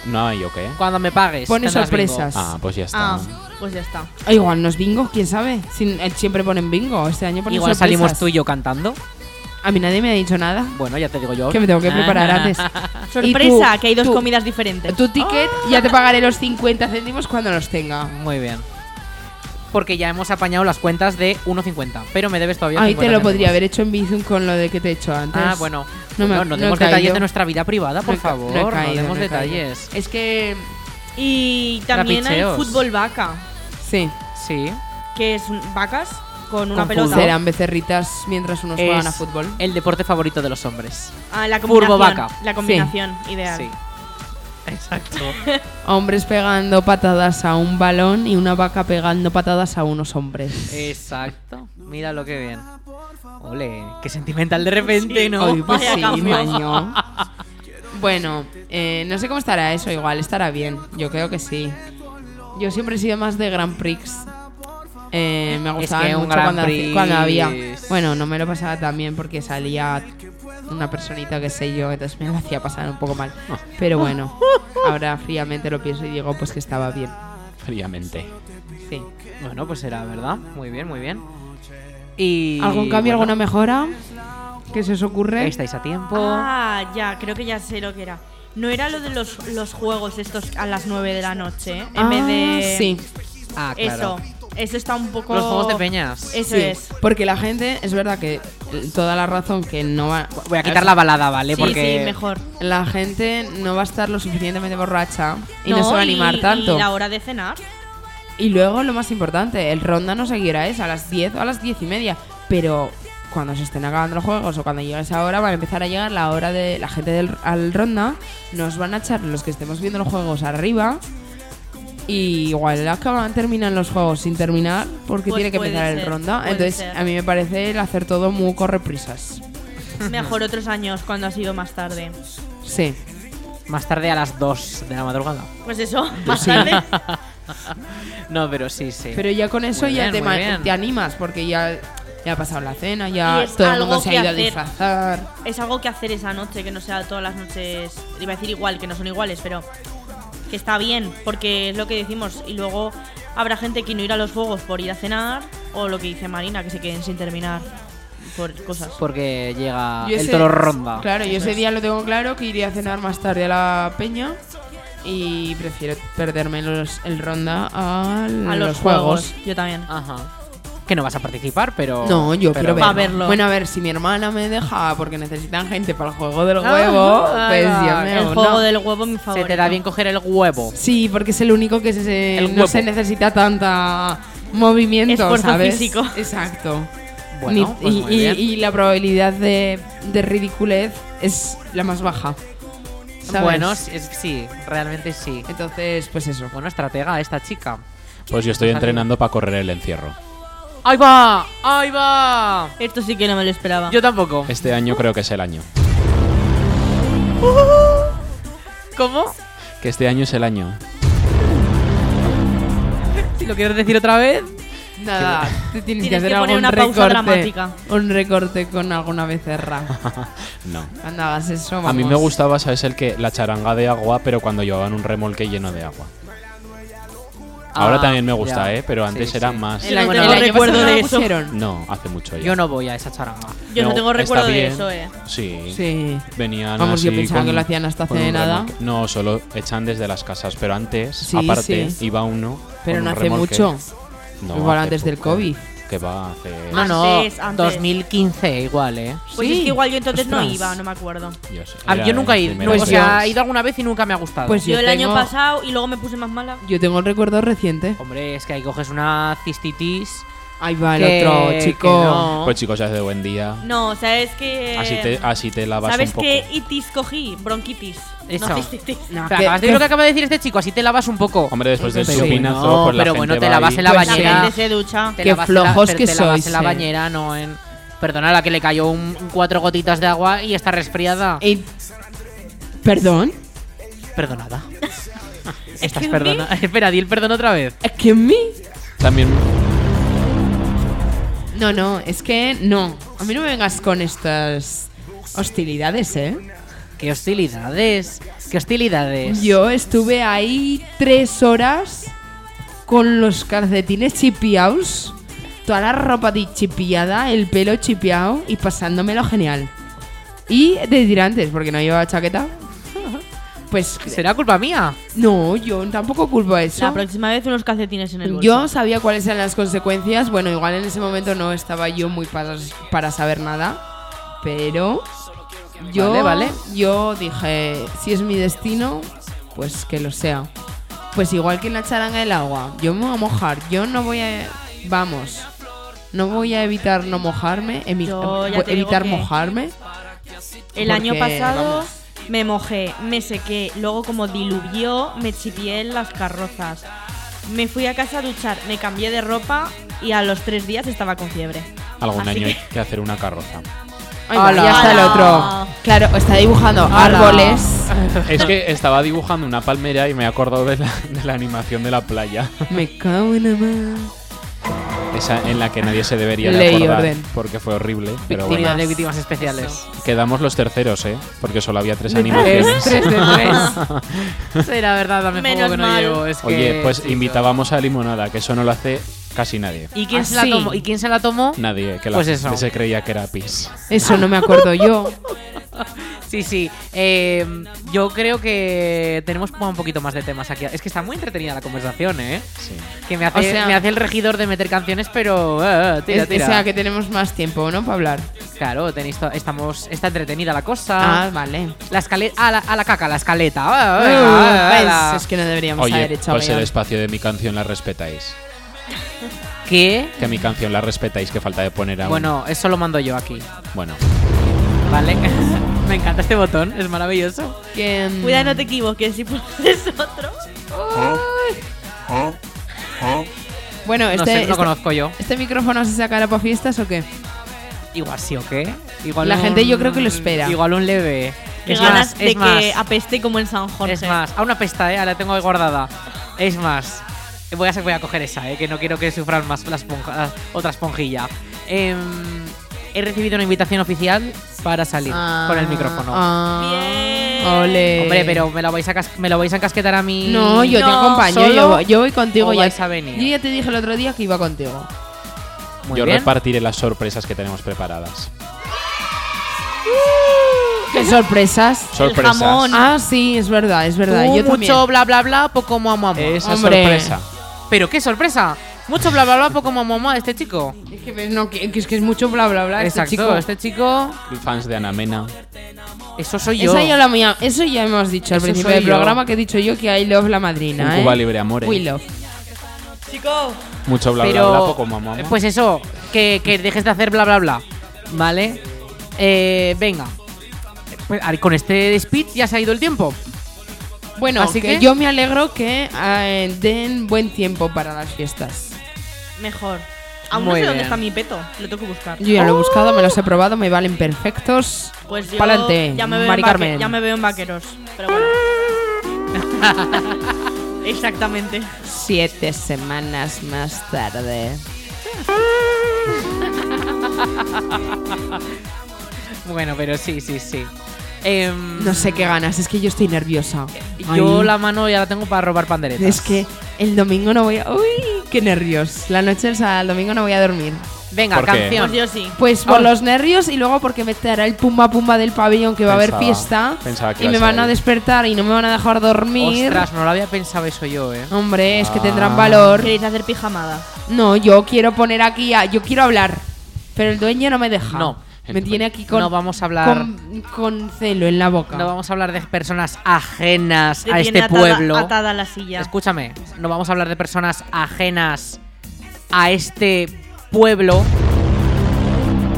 No, ¿yo qué? Cuando me pagues. Pone tendrás bingo. sorpresas. Ah, pues ya está. Ah, pues ya está. Ah, igual no es bingo, quién sabe. Sin- eh, siempre ponen bingo. Este año ponen Igual sorpresas. salimos tú y yo cantando. A mí nadie me ha dicho nada. Bueno, ya te digo yo. Ah, Que me tengo que preparar antes. Sorpresa, Ah. Y tú- que hay dos tú- comidas diferentes. Tu ticket ya te pagaré los 50 céntimos cuando los tenga. Muy bien. Porque ya hemos apañado las cuentas de 1.50. Pero me debes todavía. Ahí te 50 lo podría céntimos. haber hecho en Bizum con lo de que te he hecho antes. Ah, bueno. No, No me- no, no he demos caído. detalles de nuestra vida privada, No por he ca- favor. no he No, caído, demos no he caído. detalles. Es que Y también Trapicheos. hay fútbol vaca, Sí. Sí. que es un- vacas con una Con pelota. fútbol. Serán becerritas mientras unos Es juegan a fútbol. El deporte favorito de los hombres. Ah, la Furbo combinación. vaca. La combinación ideal. Sí. Exacto. Hombres pegando patadas a un balón y una vaca pegando patadas a unos hombres. Exacto. Mira lo que bien. Ole, qué sentimental de repente, ¿no? Ay, pues vaya sí, cambio. maño. Bueno, eh, no sé cómo estará eso, igual estará bien. Yo creo que sí. Yo siempre he sido más de Grand Prix. Eh, me gustaba que un mucho Grand cuando, hace- Prix- cuando había. Bueno, no me lo pasaba tan bien porque salía una personita que sé yo, entonces me lo hacía pasar un poco mal. Ah. Pero bueno, ahora fríamente lo pienso y digo pues que estaba bien. Fríamente. Sí. Bueno, pues será, ¿verdad? Muy bien, muy bien. Y ¿Algún cambio, bueno, alguna mejora? ¿Qué se os ocurre? Estáis a tiempo. Ah, ya, creo que ya sé lo que era. No era lo de los, los juegos estos a las 9 de la noche, ¿eh? en Ah, vez de... Sí, Ah, claro. Eso, eso está un poco... Los juegos de peñas. Eso sí. es. Porque la gente, es verdad que eh, toda la razón que no va. Voy a quitar la balada, ¿vale? Sí, Porque sí, mejor. La gente no va a estar lo suficientemente borracha y no, No, se va a animar y- tanto. Y la hora de cenar. Y luego lo más importante, el ronda no seguirá es a las 10 o a las 10 y media. Pero cuando se estén acabando los juegos o cuando llegue esa hora, van a empezar a llegar la hora de la gente del, al ronda. Nos van a echar los que estemos viendo los juegos arriba. Y igual acaban, terminan los juegos sin terminar porque Pues tiene que puede empezar el ser, ronda. puede Entonces, ser. a mí me parece el hacer todo muy correprisas. Mejor otros años cuando ha sido más tarde. Sí. más tarde a las 2 de la madrugada. Pues eso, más tarde. No, pero sí, sí. Pero ya con eso Muy ya bien, te, muy ma- bien. te animas porque ya, ya ha pasado la cena, ya Y es todo el algo mundo se ha que ido a hacer. disfrazar. es algo que hacer esa noche, que no sea todas las noches, iba a decir igual, que no son iguales, pero que está bien, porque es lo que decimos. Y luego habrá gente que no irá a los juegos por ir a cenar, o lo que dice Marina, que se queden sin terminar por cosas. Porque llega Yo Ah, el ese- toro ronda. Claro, yo ese día lo tengo claro que iría a cenar más tarde a la peña y prefiero perderme los- el ronda a, A los, juegos. yo también. Ajá. Que no vas a participar, pero. No, yo quiero Pa' verlo. verlo. Bueno, a ver, si mi hermana me deja porque necesitan gente para el juego del Ah, huevo, ah, pues yo me el uno. juego del huevo, mi Se favorito. te da bien coger el huevo. Sí, porque es el único que se, se- El no huevo. se necesita tanta movimiento, Esfuerzo ¿sabes? físico. Exacto. Bueno, Ni- pues y, muy y- bien. y la probabilidad de, de ridiculez es la más baja. ¿sabes? Bueno, sí, es- sí, realmente sí. Entonces, pues eso. Bueno, estratega esta chica. Pues yo estoy entrenando para correr el encierro. ¡Ahí va! ¡Ahí va! Esto sí que no me lo esperaba. Yo tampoco. Este año creo que es el año. ¿Cómo? Que este año es el año. Si lo quieres decir otra vez. Nada, te tienes, que Tienes hacer que poner algún una pausa recorte. dramática. Un recorte con alguna becerra. No. Cuando hagas eso, A mí me vamos. gustaba, ¿sabes? El que la charanga de agua, pero cuando llevaban un remolque lleno de agua. Ahora Ah, también me gusta, ya. ¿eh? Pero antes Sí, era sí. más. El año- Bueno, el el año año recuerdo pasado de lo eso. Yo pusieron. No, hace mucho ya. Yo no voy a esa charanga. no, tengo está recuerdo de bien. eso, eh. Sí. Sí. Venían Vamos, yo así pensaba con- que lo hacían hasta hace con un nada. remolque. No, solo echan desde las casas, pero antes, Sí, aparte, sí. iba uno. Pero con no un hace remolque. mucho. No, Igual hace antes del poco. COVID. Ah, Que va a hacer. No, no. Antes, antes. 2015 igual, ¿eh? Pues Sí. es que igual yo entonces no Ostras. iba, no me acuerdo. Yo, sé, Ah, era yo nunca he ido. primera o vez. sea, he ido alguna vez y nunca me ha gustado. Pues Yo, yo, el año tengo- pasado y luego me puse más mala. Yo tengo el recuerdo reciente. Hombre, es que ahí coges una cistitis. Ahí va el que- otro que chico. no. Pues chicos, hace buen día. No, o sea, es que. Eh, Así te, así te lavas ¿Sabes un poco. qué itis cogí? Bronquitis. Eso. No cistitis. No, Pero que- acabas de ver que- lo que acaba de decir este chico, así te lavas un poco. Hombre, después del Pero chupinazo, no, pues la pero gente bueno, te va lavas ahí. en la Pues La sí. bañera. gente se ducha. Te Qué lavas en la- flojos pero que te lavas sois, en la eh. bañera, no en. Perdona, la que le cayó un, un cuatro gotitas de agua y está resfriada. Ey, ¿Perdón? Perdonada. Estás Excuse perdonada. Espera, di el perdón otra vez. ¿Es que en mí? También. No, no, es que no. A mí no me vengas con estas hostilidades, ¿eh? Qué hostilidades. Qué hostilidades. Yo estuve ahí tres horas con los calcetines chipiaos, toda la ropa di- chipiada, el pelo chipiado y pasándomelo genial. Y de tirantes, porque no llevaba chaqueta. Pues ¿Será culpa mía? no, yo tampoco culpo a eso. La próxima vez unos calcetines en el bolso. Yo sabía cuáles eran las consecuencias. Bueno, igual en ese momento no estaba yo muy para, para saber nada. Pero yo, Vale, vale. yo dije, si es mi destino, pues que lo sea. Pues igual que en la charanga del agua, yo me voy a mojar, yo no voy a... Vamos, no voy a evitar no mojarme, emi- Yo ya te evitar digo que- mojarme. El Porque, año pasado vamos. me mojé, me sequé, luego como diluvió, me chipié en las carrozas. Me fui a casa a duchar, me cambié de ropa y a los tres días estaba con fiebre. Algún Así año hay que- que hacer una carroza. Ay, va, Ala. ya está el Ala. otro. Claro, está dibujando árboles. Es que estaba dibujando una palmera y me he acordado de la, de la animación de la playa. Me cago en la mar. Esa en la que nadie se debería de Ley y acordar. orden. Porque fue horrible. Pero Víctimas bueno. de víctimas especiales. Quedamos los terceros, ¿eh? Porque solo había tres animaciones. de tres. sí, la verdad, también Menos juego que no mal. llevo. Es Oye, que- pues sí, invitábamos a limonada, que eso no lo hace casi nadie. ¿Y quién, se la Así. tomó? ¿Y quién se la tomó? Nadie que, la- Pues eso. que se creía que era pis. Eso no me acuerdo yo. Sí, sí. Eh, yo creo que tenemos un poquito más de temas aquí. Es que está muy entretenida la conversación, ¿eh? Sí. Que me hace, O sea- me hace el regidor de meter canciones, pero... eh, tira, Es- tira. O sea, que tenemos más tiempo, ¿no? Para hablar. Claro, tenéis to- estamos, está entretenida la cosa. Ah, vale. La escaleta... A la, a la caca, la escaleta. Ah, venga, Ah, ala. ¿ves? Es que no deberíamos haber Oye, hecho pues el guión. espacio de mi canción la respetáis. ¿Qué? Que mi canción la respetáis, que falta de poner a un- Bueno, eso lo mando yo aquí. Bueno, Vale. me encanta este botón, es maravilloso. Que, mm, Cuidado, no te equivoques, si pones otro. Bueno, no este, sé, no este- conozco yo. ¿este micrófono se sacará para fiestas o qué? Igual sí o qué. Igual La un- gente yo creo que lo espera. Igual un leve. Qué es ganas más, de es más. que apeste como en San Jorge. Es más, a una pesta, eh, la tengo ahí guardada. Es más, voy a, voy a coger esa, eh, que no quiero que sufran más la esponja- la otra esponjilla. Em, he recibido una invitación oficial para salir con el micrófono. Bien. Ah. Ole. Hombre, pero me la vais a, cas- me la vais a encasquetar a mí. No, yo te No, acompaño, solo yo, voy- yo voy contigo. o Ya, vais a venir. Yo ya te dije el otro día que iba contigo. Muy yo bien. repartiré las sorpresas que tenemos preparadas. ¡Qué sorpresas! Sorpresas. jamón. Ah, sí, es verdad, es verdad. Tú yo también. mucho bla bla bla, poco moa moa, moa. Esa Hombre. sorpresa. Pero qué sorpresa. Mucho bla bla bla, poco moa moa moa de este chico. Es que, ves, no, que- que es que es mucho bla bla bla. este Exacto, chico. este chico. Fans de Anamena. Eso soy yo. Esa ya la mía- eso ya hemos dicho al Eso principio soy del yo. programa que he dicho yo que I love la Un madrina. ¿eh? Cuba Libre Amore. We love. Chicos, Mucho bla pero bla bla, poco mamá. pues eso, que, que dejes de hacer bla bla bla, ¿vale? Eh, venga. Pues, ari- con este speed ya se ha ido el tiempo. Bueno, Así así que que- yo me alegro que eh, den buen tiempo para las fiestas. mejor. Aún no Muy sé dónde bien. está mi peto, lo tengo que buscar. Yo ya lo he buscado, me los he probado, me valen perfectos. Pues yo Pa'lante, ya me veo en Mari vaque- Carmen. ya me veo en vaqueros, pero bueno. Exactamente. Siete semanas más tarde. Bueno, pero sí, sí, sí. Em, No sé qué ganas, es que yo estoy nerviosa. Yo Ay. la mano ya la tengo para robar panderetas. Es que el domingo no voy a. ¡Uy! ¡Qué nervios! La noche, o sea, el domingo no voy a dormir. Venga, ¿Por qué? canción. Pues yo sí. Pues por Ahora- los nervios y luego porque me traerá el pumba pumba del pabellón que va a haber Pensaba- fiesta. pensaba que y me ibas a van a ir. despertar y no me van a dejar dormir. Ostras, no lo había pensado eso yo, eh. Hombre, es que Ah. tendrán valor. ¿Queréis hacer pijamada? No, yo quiero poner aquí a. Yo quiero hablar. Pero el dueño no me deja. No. Me tiene aquí con. No vamos a hablar- Con, con celo en la boca. No vamos a hablar de personas ajenas Te a tiene este atada- pueblo. Atada a la silla. Escúchame, no vamos a hablar de personas ajenas a este pueblo,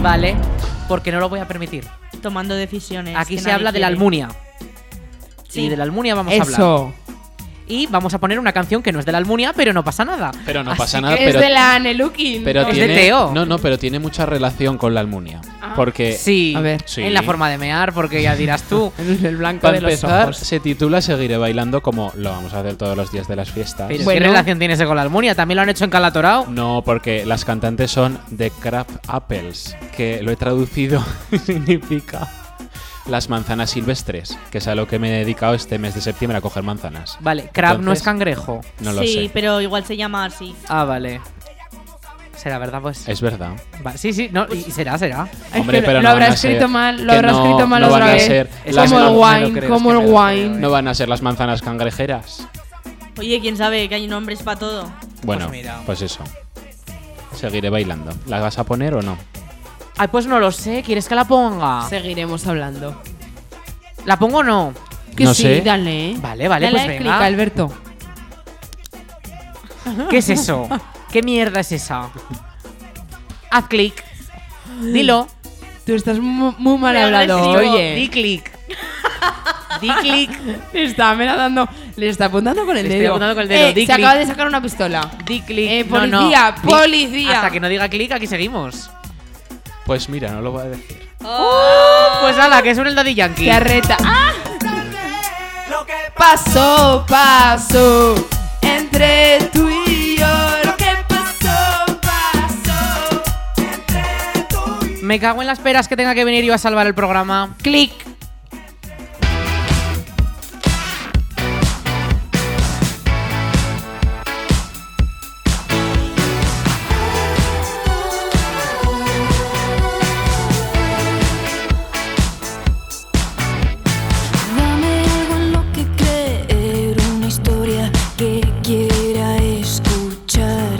¿vale? Porque no lo voy a permitir. tomando decisiones. Aquí que se nadie habla de la quiere. Almunia. Sí. Y de la Almunia vamos a hablar. Eso. Y vamos a poner una canción que no es de la Almunia, pero no pasa nada. Pero no Así pasa que- nada. es pero, de la Anelukin. pero es de tiene, Teo. Ah, No, no, pero tiene mucha relación con la Almunia. Porque Sí, A ver. Sí. en la forma de mear, porque ya dirás tú. Es el blanco para de los empezar ojos. se titula Seguiré bailando como lo vamos a hacer todos los días de las fiestas. Pero Bueno. ¿Qué relación tiene ese con la Almunia? ¿También lo han hecho en Calatorao? No, porque las cantantes son The Crab Apples, que lo he traducido y significa las manzanas silvestres, que es a lo que me he dedicado este mes de septiembre a coger manzanas. Vale, crab no es Entonces- cangrejo. No lo sí, sé. pero igual se llama así. Ah, vale. Será verdad, pues. Es verdad. Va- Sí, sí, no, y y será, será. Es Eh. Hombre, que pero lo no habrá van a escrito ser- mal, lo que habrá no- escrito mal no otra van a vez. ser Es las- como el no- wine, como el wine. No van a ser las manzanas cangrejeras. Oye, quién sabe que hay nombres para todo. Bueno, pues, mira. eso. Seguiré bailando. ¿Las vas a poner o no? Ay, pues no lo sé. ¿Quieres que la ponga? Seguiremos hablando. ¿La pongo o no? Que No sí, sé. dale. Vale, vale, dale pues clic, venga. Alberto. ¿Qué es eso? ¿Qué mierda es esa? Haz clic. Dilo. Tú estás mu- muy mal hablado, Dilo, oye. Di clic. Di clic. Está, me la dando. Le está apuntando con el Le estoy dedo. apuntando con el dedo, Eh, di se clic. acaba de sacar una pistola. Di clic. Eh, No, no. policía, Di- policía. Hasta que no diga clic, aquí seguimos. Pues mira, no lo voy a decir. Pues ala, que es un Daddy Yankee. Se arreta. ¡Ah! Lo que Paso, paso. Entre tú y yo. Lo que pasó, pasó. Me cago en las peras que tenga que venir yo a salvar el programa. Clic. Dame algo en lo que creer, una historia que quiera escuchar.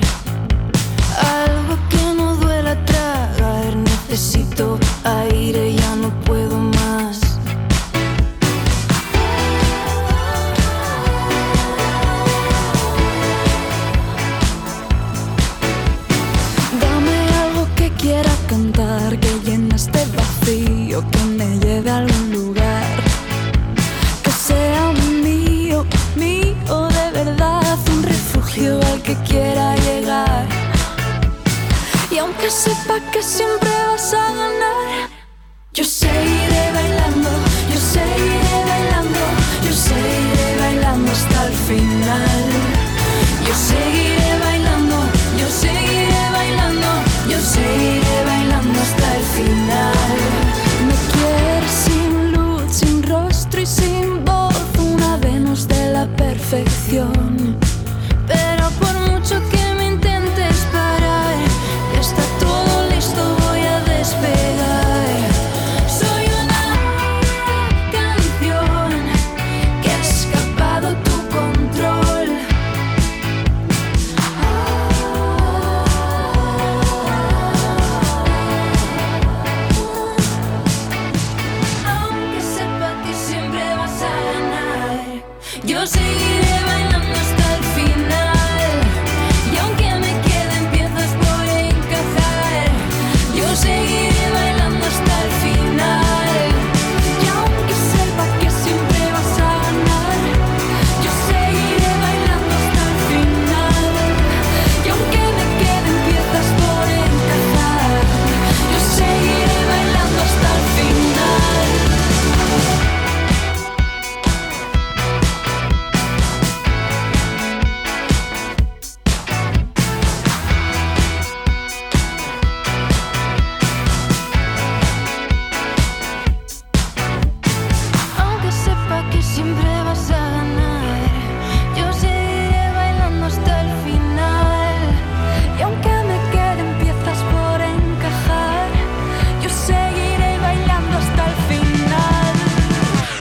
Algo que no duela tragar, necesito aire, ya no puedo más. Dame algo que quiera cantar, que llene este vacío, que me lleve a algún lugar que sea un mío, mío de verdad, un refugio al que quiera llegar. Y aunque sepa que siempre vas a ganar, yo seguiré bailando, yo seguiré bailando, yo seguiré bailando hasta el final. Yo seguiré bailando, yo seguiré bailando, yo seguiré bailando hasta el final. Me quieres sin luz, sin rostro y sin voz, una Venus de la perfección. Pero por mucho que me intentes parar, ya está todo listo, voy a despegar. Soy una canción que ha escapado tu control. Aunque sepa que siempre vas a ganar, yo seguiré bailando hasta el final. Y aunque me queden piezas por encajar, yo seguiré bailando hasta el final. Y aunque sepa que siempre vas a ganar, yo seguiré bailando hasta el final. Y aunque me queden piezas por encajar, yo seguiré bailando hasta el final. Aunque sepa que siempre vas a ganar, yo seguiré bailando hasta el final. Y aunque me queden piezas por encajar, yo seguiré bailando hasta el final.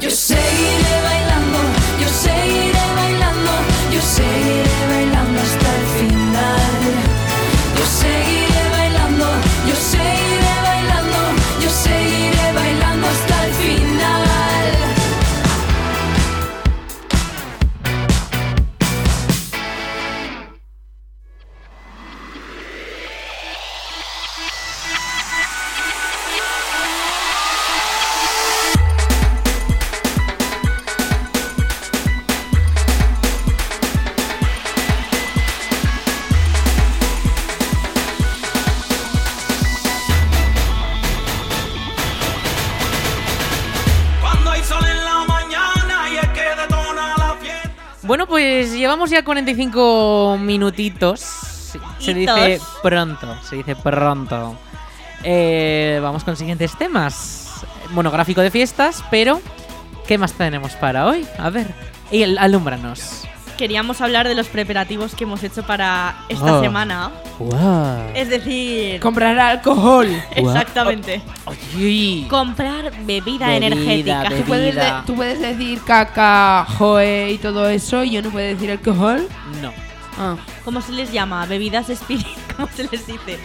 Yo seguiré bailando, yo seguiré bailando, yo seguiré bailando hasta el final. Yo seguiré bailando, yo seguiré bailando, yo seguiré bailando hasta el final. Cuando hay sol en la mañana y es que detona la fiesta. Bueno, pues llevamos ya 45 minutitos. Se Hitos. dice pronto, se dice pronto. Eh, vamos con siguientes temas. Monográfico de fiestas, pero ¿qué más tenemos para hoy? A ver, y el- alúmbranos. Queríamos hablar de los preparativos que hemos hecho para esta Oh. semana. Es decir, Comprar alcohol. exactamente. Oye, Comprar bebida, Oh. Bebida, energética. bebida. Tú puedes, de- tú puedes decir caca, joe y todo eso. Y yo no puedo decir alcohol. no. Ah. ¿Cómo se les llama? Bebidas espirituales. ¿Cómo se les dice?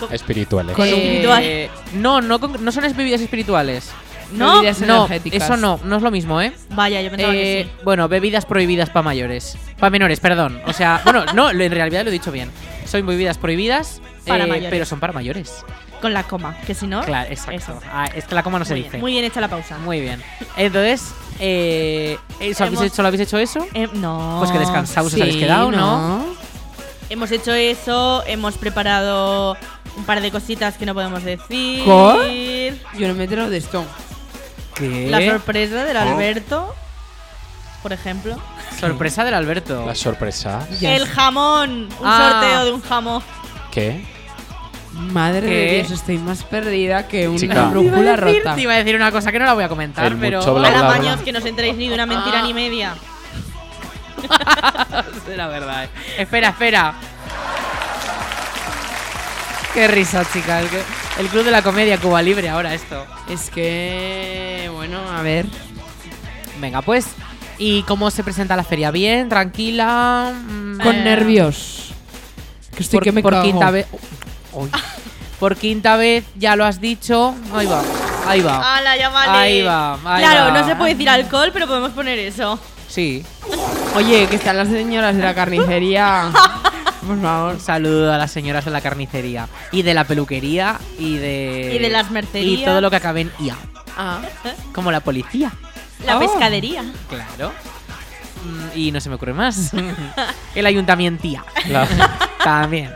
Co- Espirituales. Con- Eh, Espiritual. no, no, con- no son bebidas espirituales. ¿No? Bebidas No, energéticas. eso no, no es lo mismo, ¿eh? Vaya, yo pensaba Eh, que sí. Bueno, bebidas prohibidas para mayores. Para menores, perdón. O sea, bueno, no, en realidad lo he dicho bien. Son bebidas prohibidas, Para eh, mayores. pero son para mayores. Oh, Con la coma, que si no. Claro, exacto. Eso. Ah, es que la coma no se muy, dice. bien, muy bien hecha la pausa. Muy bien. Entonces, eh, ¿eso habéis Hemos- hecho, ¿lo habéis hecho eso? Eh, no. Pues que descansaos, os habéis Sí, quedado, ¿no? Hemos hecho eso, hemos preparado un par de cositas que no podemos decir. ¿Cuál? Yo no me entero de esto. ¿Qué? La sorpresa del Alberto, por ejemplo. sorpresa del Alberto. La sorpresa. Ya El sé. jamón. Un Ah. sorteo de un jamón. ¿Qué? Madre ¿Qué? de Dios, estoy más perdida que una Chica. brújula rota. Te iba a decir una cosa que no la voy a comentar, El pero. mucho bla- Para bla, baños bla. que no os enteréis ni de una mentira ni media. la verdad. eh. Espera, espera. Qué risa, chica. El, el club de la comedia Cuba Libre ahora esto. Es que, bueno, a ver. Venga, pues. ¿Y cómo se presenta la feria? ¿Bien? ¿Tranquila? Mm, Con eh, nervios. Que estoy por, que me por cago. quinta vez. Uy. por quinta vez, ya lo has dicho. Ahí va. Ahí va. ¡Hala, ya vale! Ahí va, ahí claro, va. no se puede decir alcohol, pero podemos poner eso. Sí. Oye, que están las señoras de la carnicería. Por favor. Un saludo a las señoras de la carnicería y de la peluquería y de. Y de las mercerías. Y todo lo que acabe en IA. Ah. Como la policía. La Oh. pescadería. Claro. Mm, Y no se me ocurre más. El ayuntamiento. También.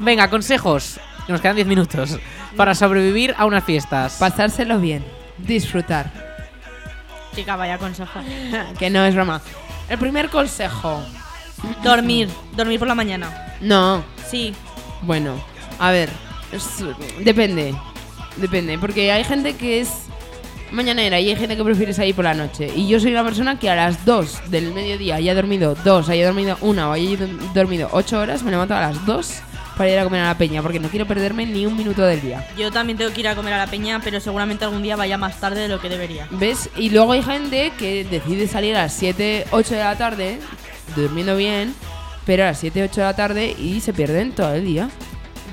Venga, consejos. que Nos quedan 10 minutos. Para sobrevivir a unas fiestas. Pasárselo bien. Disfrutar. Chica, vaya consejo. Que no es broma. El primer consejo. Dormir. Dormir por la mañana. No. Sí. Bueno, a ver. es- depende. Depende. Porque hay gente que es mañanera y hay gente que prefiere salir por la noche. Y yo soy una persona que a las 2 del mediodía haya dormido 2, haya dormido 1 o haya do- dormido 8 horas, me levanto a las 2 para ir a comer a la peña. Porque no quiero perderme ni un minuto del día. Yo también tengo que ir a comer a la peña, pero seguramente algún día vaya más tarde de lo que debería. ¿Ves? Y luego hay gente que decide salir a las 7, 8 de la tarde, durmiendo bien, pero a las 7, 8 de la tarde y se pierden todo el día.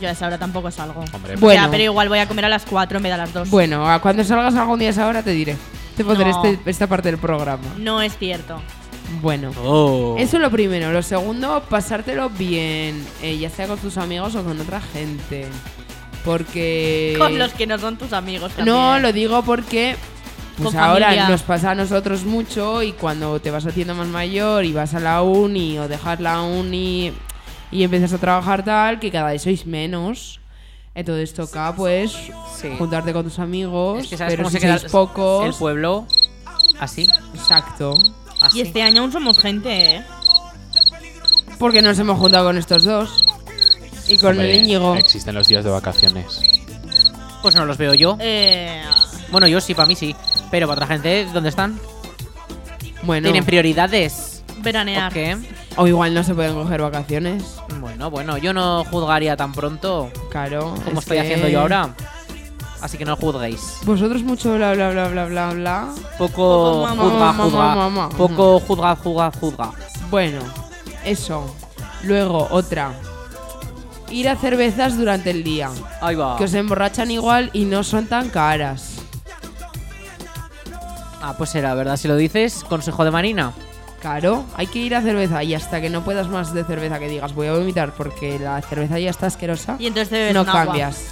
Yo a esa hora tampoco salgo. Hombre, Bueno. pero igual voy a comer a las 4 en vez de a las 2. Bueno, a cuando salgas algún día a esa hora te diré. Te pondré No. este- esta parte del programa. No es cierto. Bueno. Oh. Eso es lo primero. Lo segundo, pasártelo bien, eh, ya sea con tus amigos o con otra gente. Porque... Con los que no son tus amigos. También. Eh. No, lo digo porque pues Con ahora familia. nos pasa a nosotros mucho y cuando te vas haciendo más mayor y vas a la uni o dejas la uni y empiezas a trabajar tal, que cada vez sois menos. Entonces toca pues Sí. juntarte con tus amigos, Es que sabes pero cómo si se queda sois el- el pocos, pueblo. Así. exacto. así. Y este año aún somos gente, ¿eh? Porque nos hemos juntado con estos dos y con hombre, el Íñigo. Existen los días de vacaciones. Pues no los veo yo. Eh, Bueno, yo sí, para mí sí. Pero para otra gente, ¿dónde están? Bueno, ¿Tienen prioridades? veranear. ¿O qué? o igual no se pueden coger vacaciones. Bueno, bueno, yo no juzgaría tan pronto Claro. como es estoy que- haciendo yo ahora. Así que no juzguéis. Vosotros mucho bla bla bla bla bla bla. Poco Mamá, juzga, mamá, mamá, juzga. mamá. Poco juzga, juzga, juzga. Bueno, eso. Luego, otra. Ir a cervezas durante el día. Ahí va. Que os emborrachan igual y no son tan caras. Ah, pues era, ¿verdad? Si lo dices, consejo de Marina. Claro, hay que ir a cerveza y hasta que no puedas más de cerveza que digas voy a vomitar porque la cerveza ya está asquerosa, Y entonces te bebes no un agua. cambias.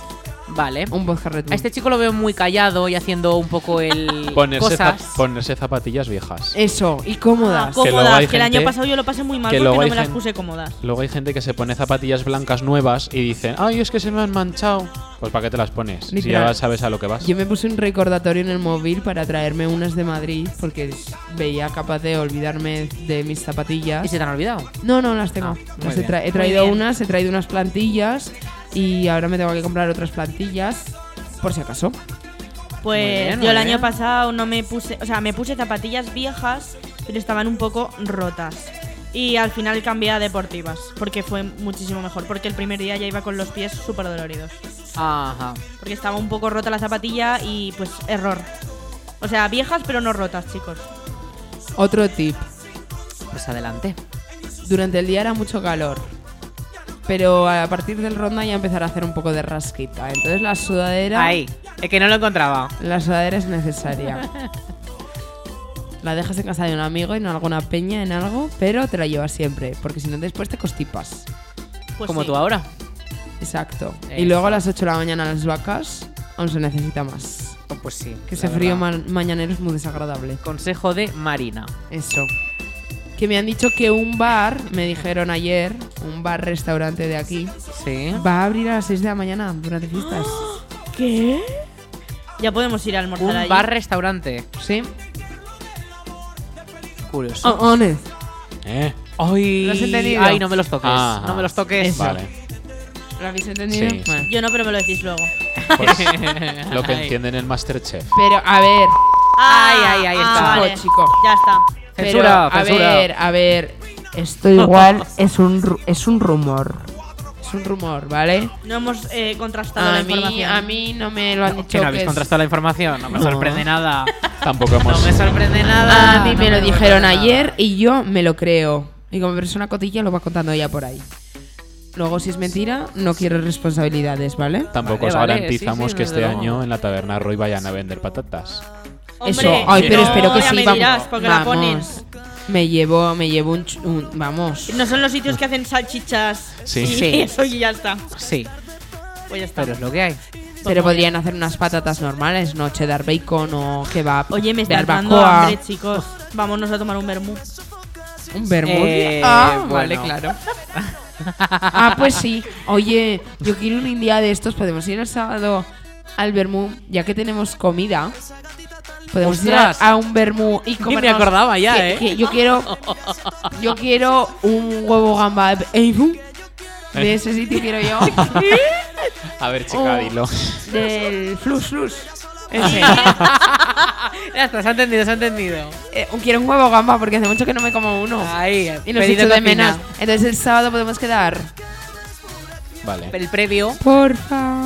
Vale. Un vodka Red Bull. A este chico lo veo muy callado y haciendo un poco el. Ponerse, za- cosas. ponerse zapatillas viejas. Eso, y Ah, cómodas. co- luego cómodas, hay que, el año gente- pasado yo lo pasé muy mal que porque luego no hay me las gen- puse cómodas. Luego hay gente que se pone zapatillas blancas nuevas y dicen, ay, es que se me han manchado. Pues ¿para qué te las pones? Si Literal. ya sabes a lo que vas. Yo me puse un recordatorio en el móvil para traerme unas de Madrid porque veía capaz de olvidarme de mis zapatillas. ¿Y se te han olvidado? No, no las tengo. Ah, muy Las he, bien. tra- he traído bien. unas, he traído unas plantillas y ahora me tengo que comprar otras plantillas por si acaso. Pues Muy bien, yo el muy año bien. pasado no me puse, o sea, me puse zapatillas viejas, pero estaban un poco rotas. Y al final cambié a deportivas, porque fue muchísimo mejor, porque el primer día ya iba con los pies súper doloridos. Ajá. Porque estaba un poco rota la zapatilla y pues error. O sea, viejas pero no rotas, chicos. Otro tip. Pues adelante. Durante el día era mucho calor. Pero a partir del ronda ya empezar a hacer un poco de rasquita. Entonces la sudadera. Ahí, es que no lo encontraba. La sudadera es necesaria. La dejas en casa de un amigo, en alguna peña, en algo, pero te la llevas siempre, porque si no después te costipas. Pues como sí. tú ahora. Exacto. Y Eso. luego a las 8 de la mañana las vacas, aún se necesita más. Oh, Pues sí. Que la ese frío verdad. ma- mañanero es muy desagradable. Consejo de Marina. Eso. Que me han dicho que un bar, me dijeron ayer, un bar-restaurante de aquí, Sí. va a abrir a las 6 de la mañana durante fiestas. ¿Qué? Ya podemos ir a almorzar Un allí. bar-restaurante. ¿Sí? Curioso. O- honest. ¿Eh? Ay, ¿Lo has entendido? Ay, no me los toques. Ah. no me los toques. Vale. ¿Lo habéis entendido? Sí, sí. Bueno. Yo no, pero me lo decís luego. Pues lo que entienden el Masterchef. Pero, a ver, Ay, ay, ay, ah, está. vale. chico, chico. Ya está. Pero, Censura, a censura. ver, a ver. Esto igual es un, ru- es un rumor. Es un rumor, ¿vale? No hemos eh, contrastado la A mí, información. a mí no me lo han dicho. Que no que habéis es- contrastado la información. No me sorprende nada. Tampoco No hemos. me sorprende nada. A mí Ah, no me lo dijeron sorprende ayer y yo me lo creo. Y como persona cotilla lo va contando ella por ahí. Luego, si es mentira, no quiero responsabilidades, ¿vale? Tampoco Vale, os vale, sí, garantizamos sí, que desde este luego. año en la taberna Roy vayan a vender patatas. Hombre, Eso, ay, pero no, espero que ya sí. me vam- dirás, porque la ponen. vamos. Me llevo, me llevo un, ch- un- Vamos. No son los sitios que hacen salchichas. Sí. y Sí. Eso y ya está. nada. Sí, Pues ya está. pero es lo que hay. Pero podrían hacer unas patatas normales, ¿no? Cheddar bacon o kebab. Oye, me está dando barbacoa. hambre, chicos. Vámonos a tomar un vermú. Un vermut. Eh, ah, bueno. vale, claro. ah, pues sí. Oye, yo quiero un día de estos. Podemos ir el sábado al vermú, ya que tenemos comida. Podemos Ostras. ir a, a un vermú y Ni comer. me acordaba ya, ¿eh? yo quiero, yo quiero un huevo gamba Avon. Eh. De ese sitio quiero yo. A ver, chica, Oh. dilo. Del flus flus. Ah. Ese. Ya está, se ha entendido, se ha entendido. Eh, quiero un huevo gamba porque hace mucho que no me como uno. Ahí, y nos pedido echo de Ah, cocina. menos. Entonces el sábado podemos quedar. Vale. El previo. Porfa.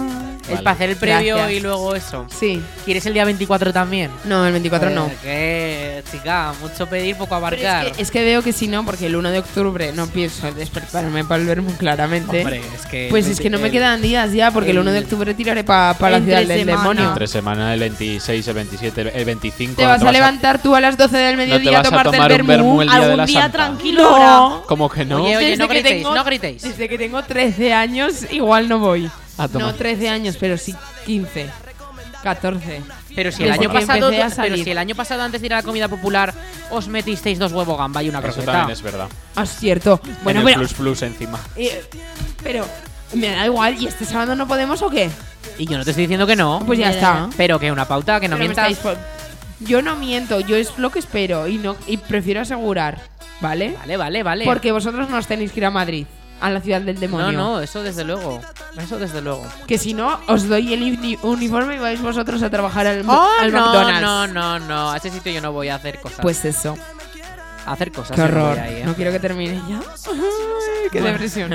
Es para hacer el previo Gracias. y luego eso. Sí. ¿Quieres el día 24 también? Eh, No, el 24 no. Que, chica, mucho pedir, poco Pero abarcar. es, que, es que veo que si no, porque el 1 de octubre no pienso despertarme para el vermo claramente. Hombre, es que pues el es que no me veinti- quedan días ya, porque el, 1 de octubre tiraré para la Entre ciudad del semana. demonio. Entre semana, el 26, el 27, el 25. Te no vas a levantar tú a las 12 del No te mediodía a vas a tomarte tomar el un vermú vermú. el día de Algún la día Santa. tranquilo habrá. ¿Cómo que no? Oye, oye, no Desde que gritéis, tengo- no gritéis. Desde que tengo 13 años, igual no voy. A tomar. No 13 años, pero sí 15, 14. Pero si el Desde año que pasado, empecé a pero salir. si el año pasado antes de ir a la comida popular os metisteis dos huevo gamba y una Eso croqueta. también es verdad. Ah, es cierto. Bueno, en el pero, plus plus encima. eh, pero me da igual. ¿Y este sábado no podemos o qué? Y yo no te estoy diciendo que no. Pues ya está. Pero que una pauta, que no Pero me mientas. estáis po- yo no miento, yo es lo que espero y no y prefiero asegurar, ¿vale? Vale, vale, vale. Porque vosotros no os tenéis que ir a Madrid, a la ciudad del no, demonio. no, eso desde luego. Eso desde luego. Que si no, os doy el uni- uniforme y vais vosotros a trabajar al, mu- al no, McDonald's. no, no, no. A ese sitio yo no voy a hacer cosas. Pues eso, a hacer cosas. qué yo no voy horror. ahí, ¿eh? No quiero que termine ya. Ay, qué depresión.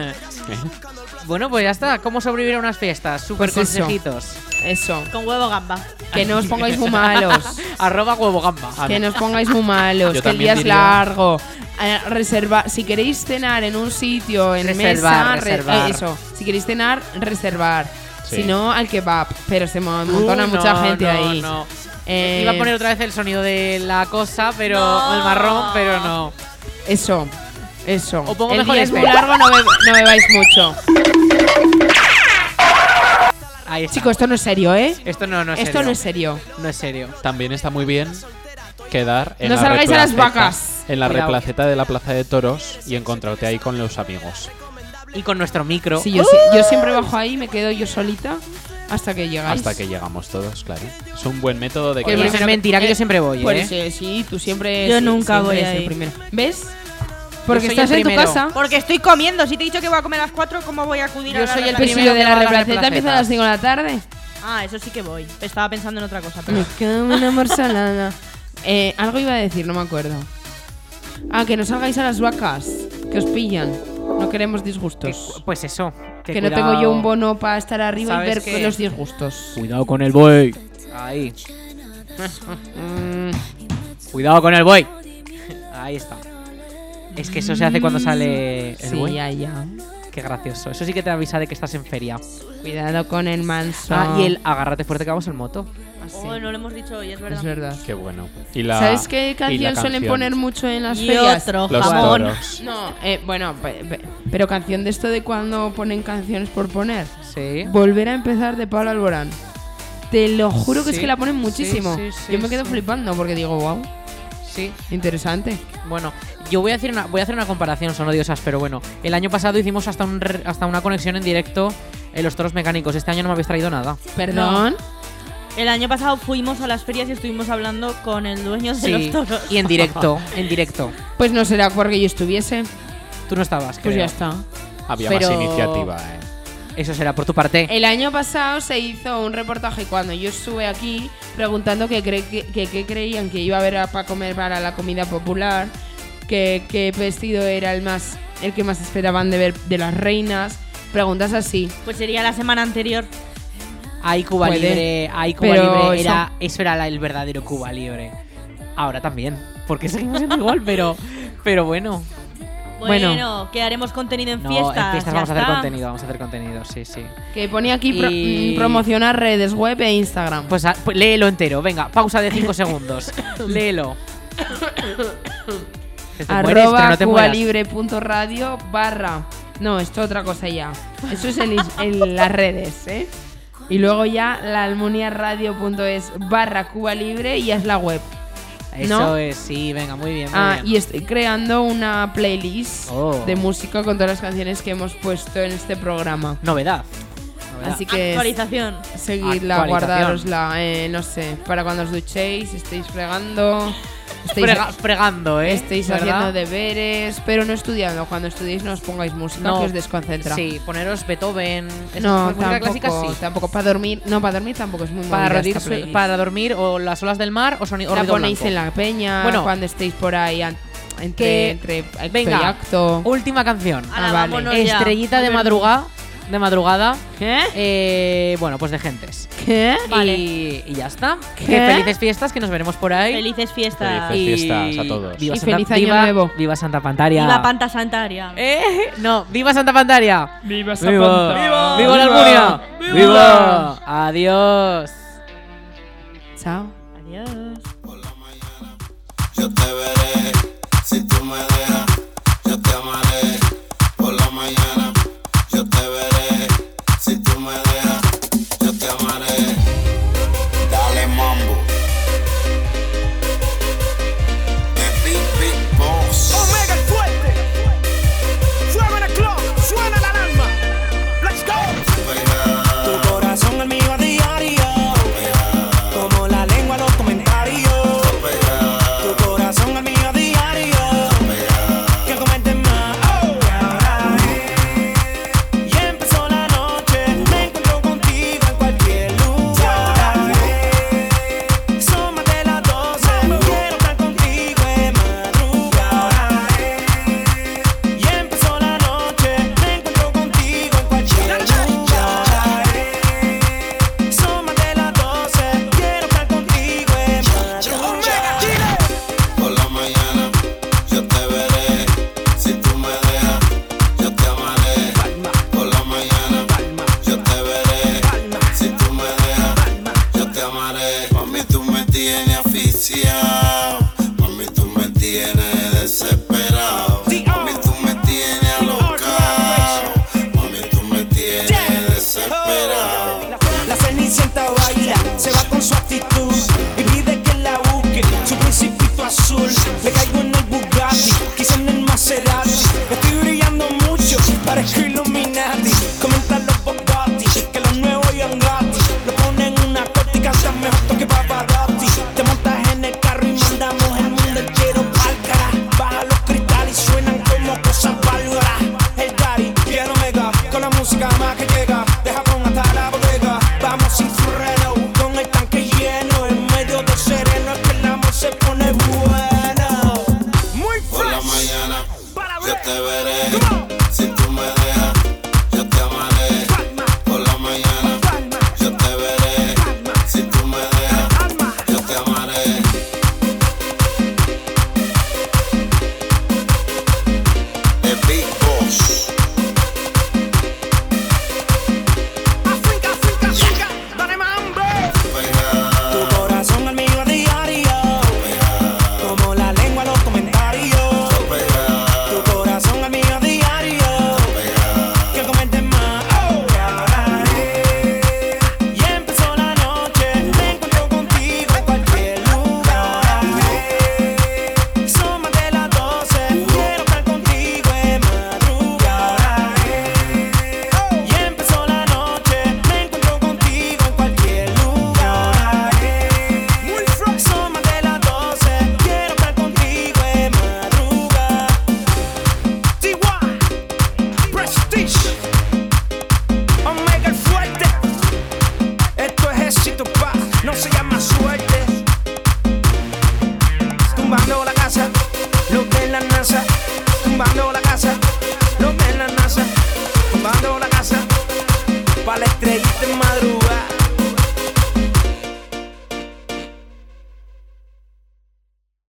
Bueno, pues ya está. ¿Cómo sobrevivir a unas fiestas? Super Pues eso. consejitos. Eso, Con huevo gamba. que no os pongáis muy malos. Arroba huevo gamba. Que no os pongáis muy malos, Yo que el también día es diría- largo. Eh, reserva, si queréis cenar en un sitio, en Reservar, mesa, re- reservar. eh, eso. Si queréis cenar, reservar. Sí. Si no, al kebab. Pero se mo- montona Uh, mucha no, gente no, ahí. no. Eh, Iba a poner otra vez el sonido de la cosa, pero el marrón, pero no. Eso, eso. O pongo el mejor día este. es muy largo, no, be- no bebáis mucho. Ahí está. Chicos, esto no es serio, ¿eh? esto no, no es esto serio. no es serio. No es serio. También está muy bien quedar en No la salgáis a las replaceta- vacas. En la Cuidado. replaceta de la plaza de toros y encontrarte ahí con los amigos. Y con nuestro micro. Sí, yo, si- yo siempre bajo ahí, me quedo yo solita hasta que llegáis. Hasta que llegamos todos, claro. Es un buen método de Que Oye, quedar. eso es mentira, que yo siempre voy, Por ¿eh? eso, Pues, sí, tú siempre. Yo sí, nunca siempre voy eres el ahí. primero. ¿Ves? soy Porque el estás en tu primero. casa. Porque estoy comiendo. Si te he dicho que voy a comer a las 4, ¿cómo voy a acudir a Yo la soy el Pues reunión? si primero lo de que la va a dar replaceta empieza a las placetas. 5 de la tarde. Ah, eso sí que voy. Estaba pensando en otra cosa. pero- Me cago en la morsalada. Eh, algo iba a decir, no me acuerdo. Ah, que no salgáis a las vacas, que os pillan. No queremos disgustos. Pues eso. Que, Que, no cuidado. tengo yo un bono para estar arriba y ¿Sabes ver qué? los disgustos. Cuidado con el boy. Ahí. Mm, Cuidado con el boy. Ahí está. Es que eso se hace cuando sale el sí, buey. ya, ya. Qué gracioso. Eso sí que te avisa de que estás en feria. Cuidado con el manso. Ah, y el agárrate fuerte que vamos en moto. Así. Oh, no lo hemos dicho hoy, es verdad. Es verdad. Qué bueno. Y la, ¿Sabes qué y la canción, suelen poner mucho en las Y ferias? otro Los jamón. toros. No, eh, bueno, pe- pe- pero canción de esto de cuando ponen canciones por poner. Sí. Volver a empezar de Pablo Alborán. Te lo juro que es Sí, que la ponen sí, muchísimo. sí, sí, Yo me quedo sí. flipando porque digo, wow, Sí. interesante. Bueno, yo voy a hacer una, voy a hacer una comparación, son odiosas, pero bueno, el año pasado hicimos hasta un re- hasta una conexión en directo en los toros mecánicos. Este año no me habéis traído nada. Perdón. El año pasado fuimos a las ferias y estuvimos hablando con el dueño de Sí. los toros. Y en directo, en directo. Pues no será porque yo estuviese. Tú no estabas, Pues creo. ya está. Había Pero- más iniciativa, eh. Eso será por tu parte. El año pasado se hizo un reportaje cuando yo estuve aquí preguntando qué cre- que- que- qué creían que iba a haber para comer para la comida popular, que- qué vestido era el más el que más esperaban de ver de las reinas, preguntas así. Pues sería la semana anterior. Ahí Cuba Puede. Libre, ahí Cuba Pero Libre eso- era, eso era la- el verdadero Cuba Libre. Ahora también, porque seguimos siendo igual, pero, pero bueno. Bueno, Bueno. que haremos contenido en No, fiestas. en fiestas ya vamos a hacer está. contenido, vamos a hacer contenido, sí, sí. Que ponía aquí pro- Y- mm, promocionar redes web e Instagram. Pues, a- pues léelo entero, venga, pausa de 5 segundos. léelo. Que te mueres, pero arroba no te mueras. cubalibre.radio barra. No, esto otra cosa ya. Eso es en, is- en las redes, ¿eh? Y luego ya la almuniaradio.es barra Cuba Libre y es la web. Eso ¿no? es, sí, venga, muy bien, muy Ah, bien. y estoy creando una playlist Oh. de música con todas las canciones que hemos puesto en este programa. Novedad. Novedad. Así que Actualización. seguidla, Actualización. guardárosla, eh, no sé, para cuando os duchéis, estéis fregando, estéis, Frega- fregando, ¿eh? estéis ¿Verdad? haciendo deberes, pero no estudiando. Cuando estudiéis no os pongáis música No. que os desconcentra. Sí, poneros Beethoven. esas No, música tampoco, clásica, sí. tampoco para dormir, no para dormir tampoco es muy Para movida dormir, esta playlist. para dormir o las olas del mar o sonido o la ruido ponéis blanco. en la peña, Bueno. cuando estéis por ahí an- entre, Que- entre acto venga. y acto. Última canción. Ala, Ah, vale. vámonos ya. Estrellita de madrugada. De madrugada. ¿Qué? eh, bueno, pues de gentes. ¿Qué? Vale. Y, y ya está. ¿Qué? Que felices fiestas, que nos veremos por ahí. Felices fiestas. Felices. Y fiestas a todos. Viva Y Santa, feliz año viva- nuevo. Viva Santa Pantaria. Viva Panta Santaria. Eh, No, viva Santa Pantaria. Viva San Viva. Viva, la Almunia. Viva. Adiós. Chao. Adiós. Yo te veré, si tú me dejas, yo te amaré por la mañana. Yo te veré, si tú me dejas, yo te amaré. Dale mambo. The Big Big Boss. Omega el fuerte. Suena la clock, suena la alarma. Let's go. Tu corazón el mío a diario. Como la lengua los comentarios. Tu corazón el mío a diario. Que comenten más. Oh. Y ahora es, ya empezó la noche. Me encuentro contigo en cualquier lugar. Son más de las 12. Quiero estar contigo en madrugada. Y empezó la noche. Me encuentro contigo en cualquier lugar. Son más de las 12. Quiero estar contigo en madrugada. Por la mañana, yo te veré, si tú me dejas, yo te amaré. Por la mañana, yo te veré, si tú me dejas, yo te amaré. Mami, tú me tienes.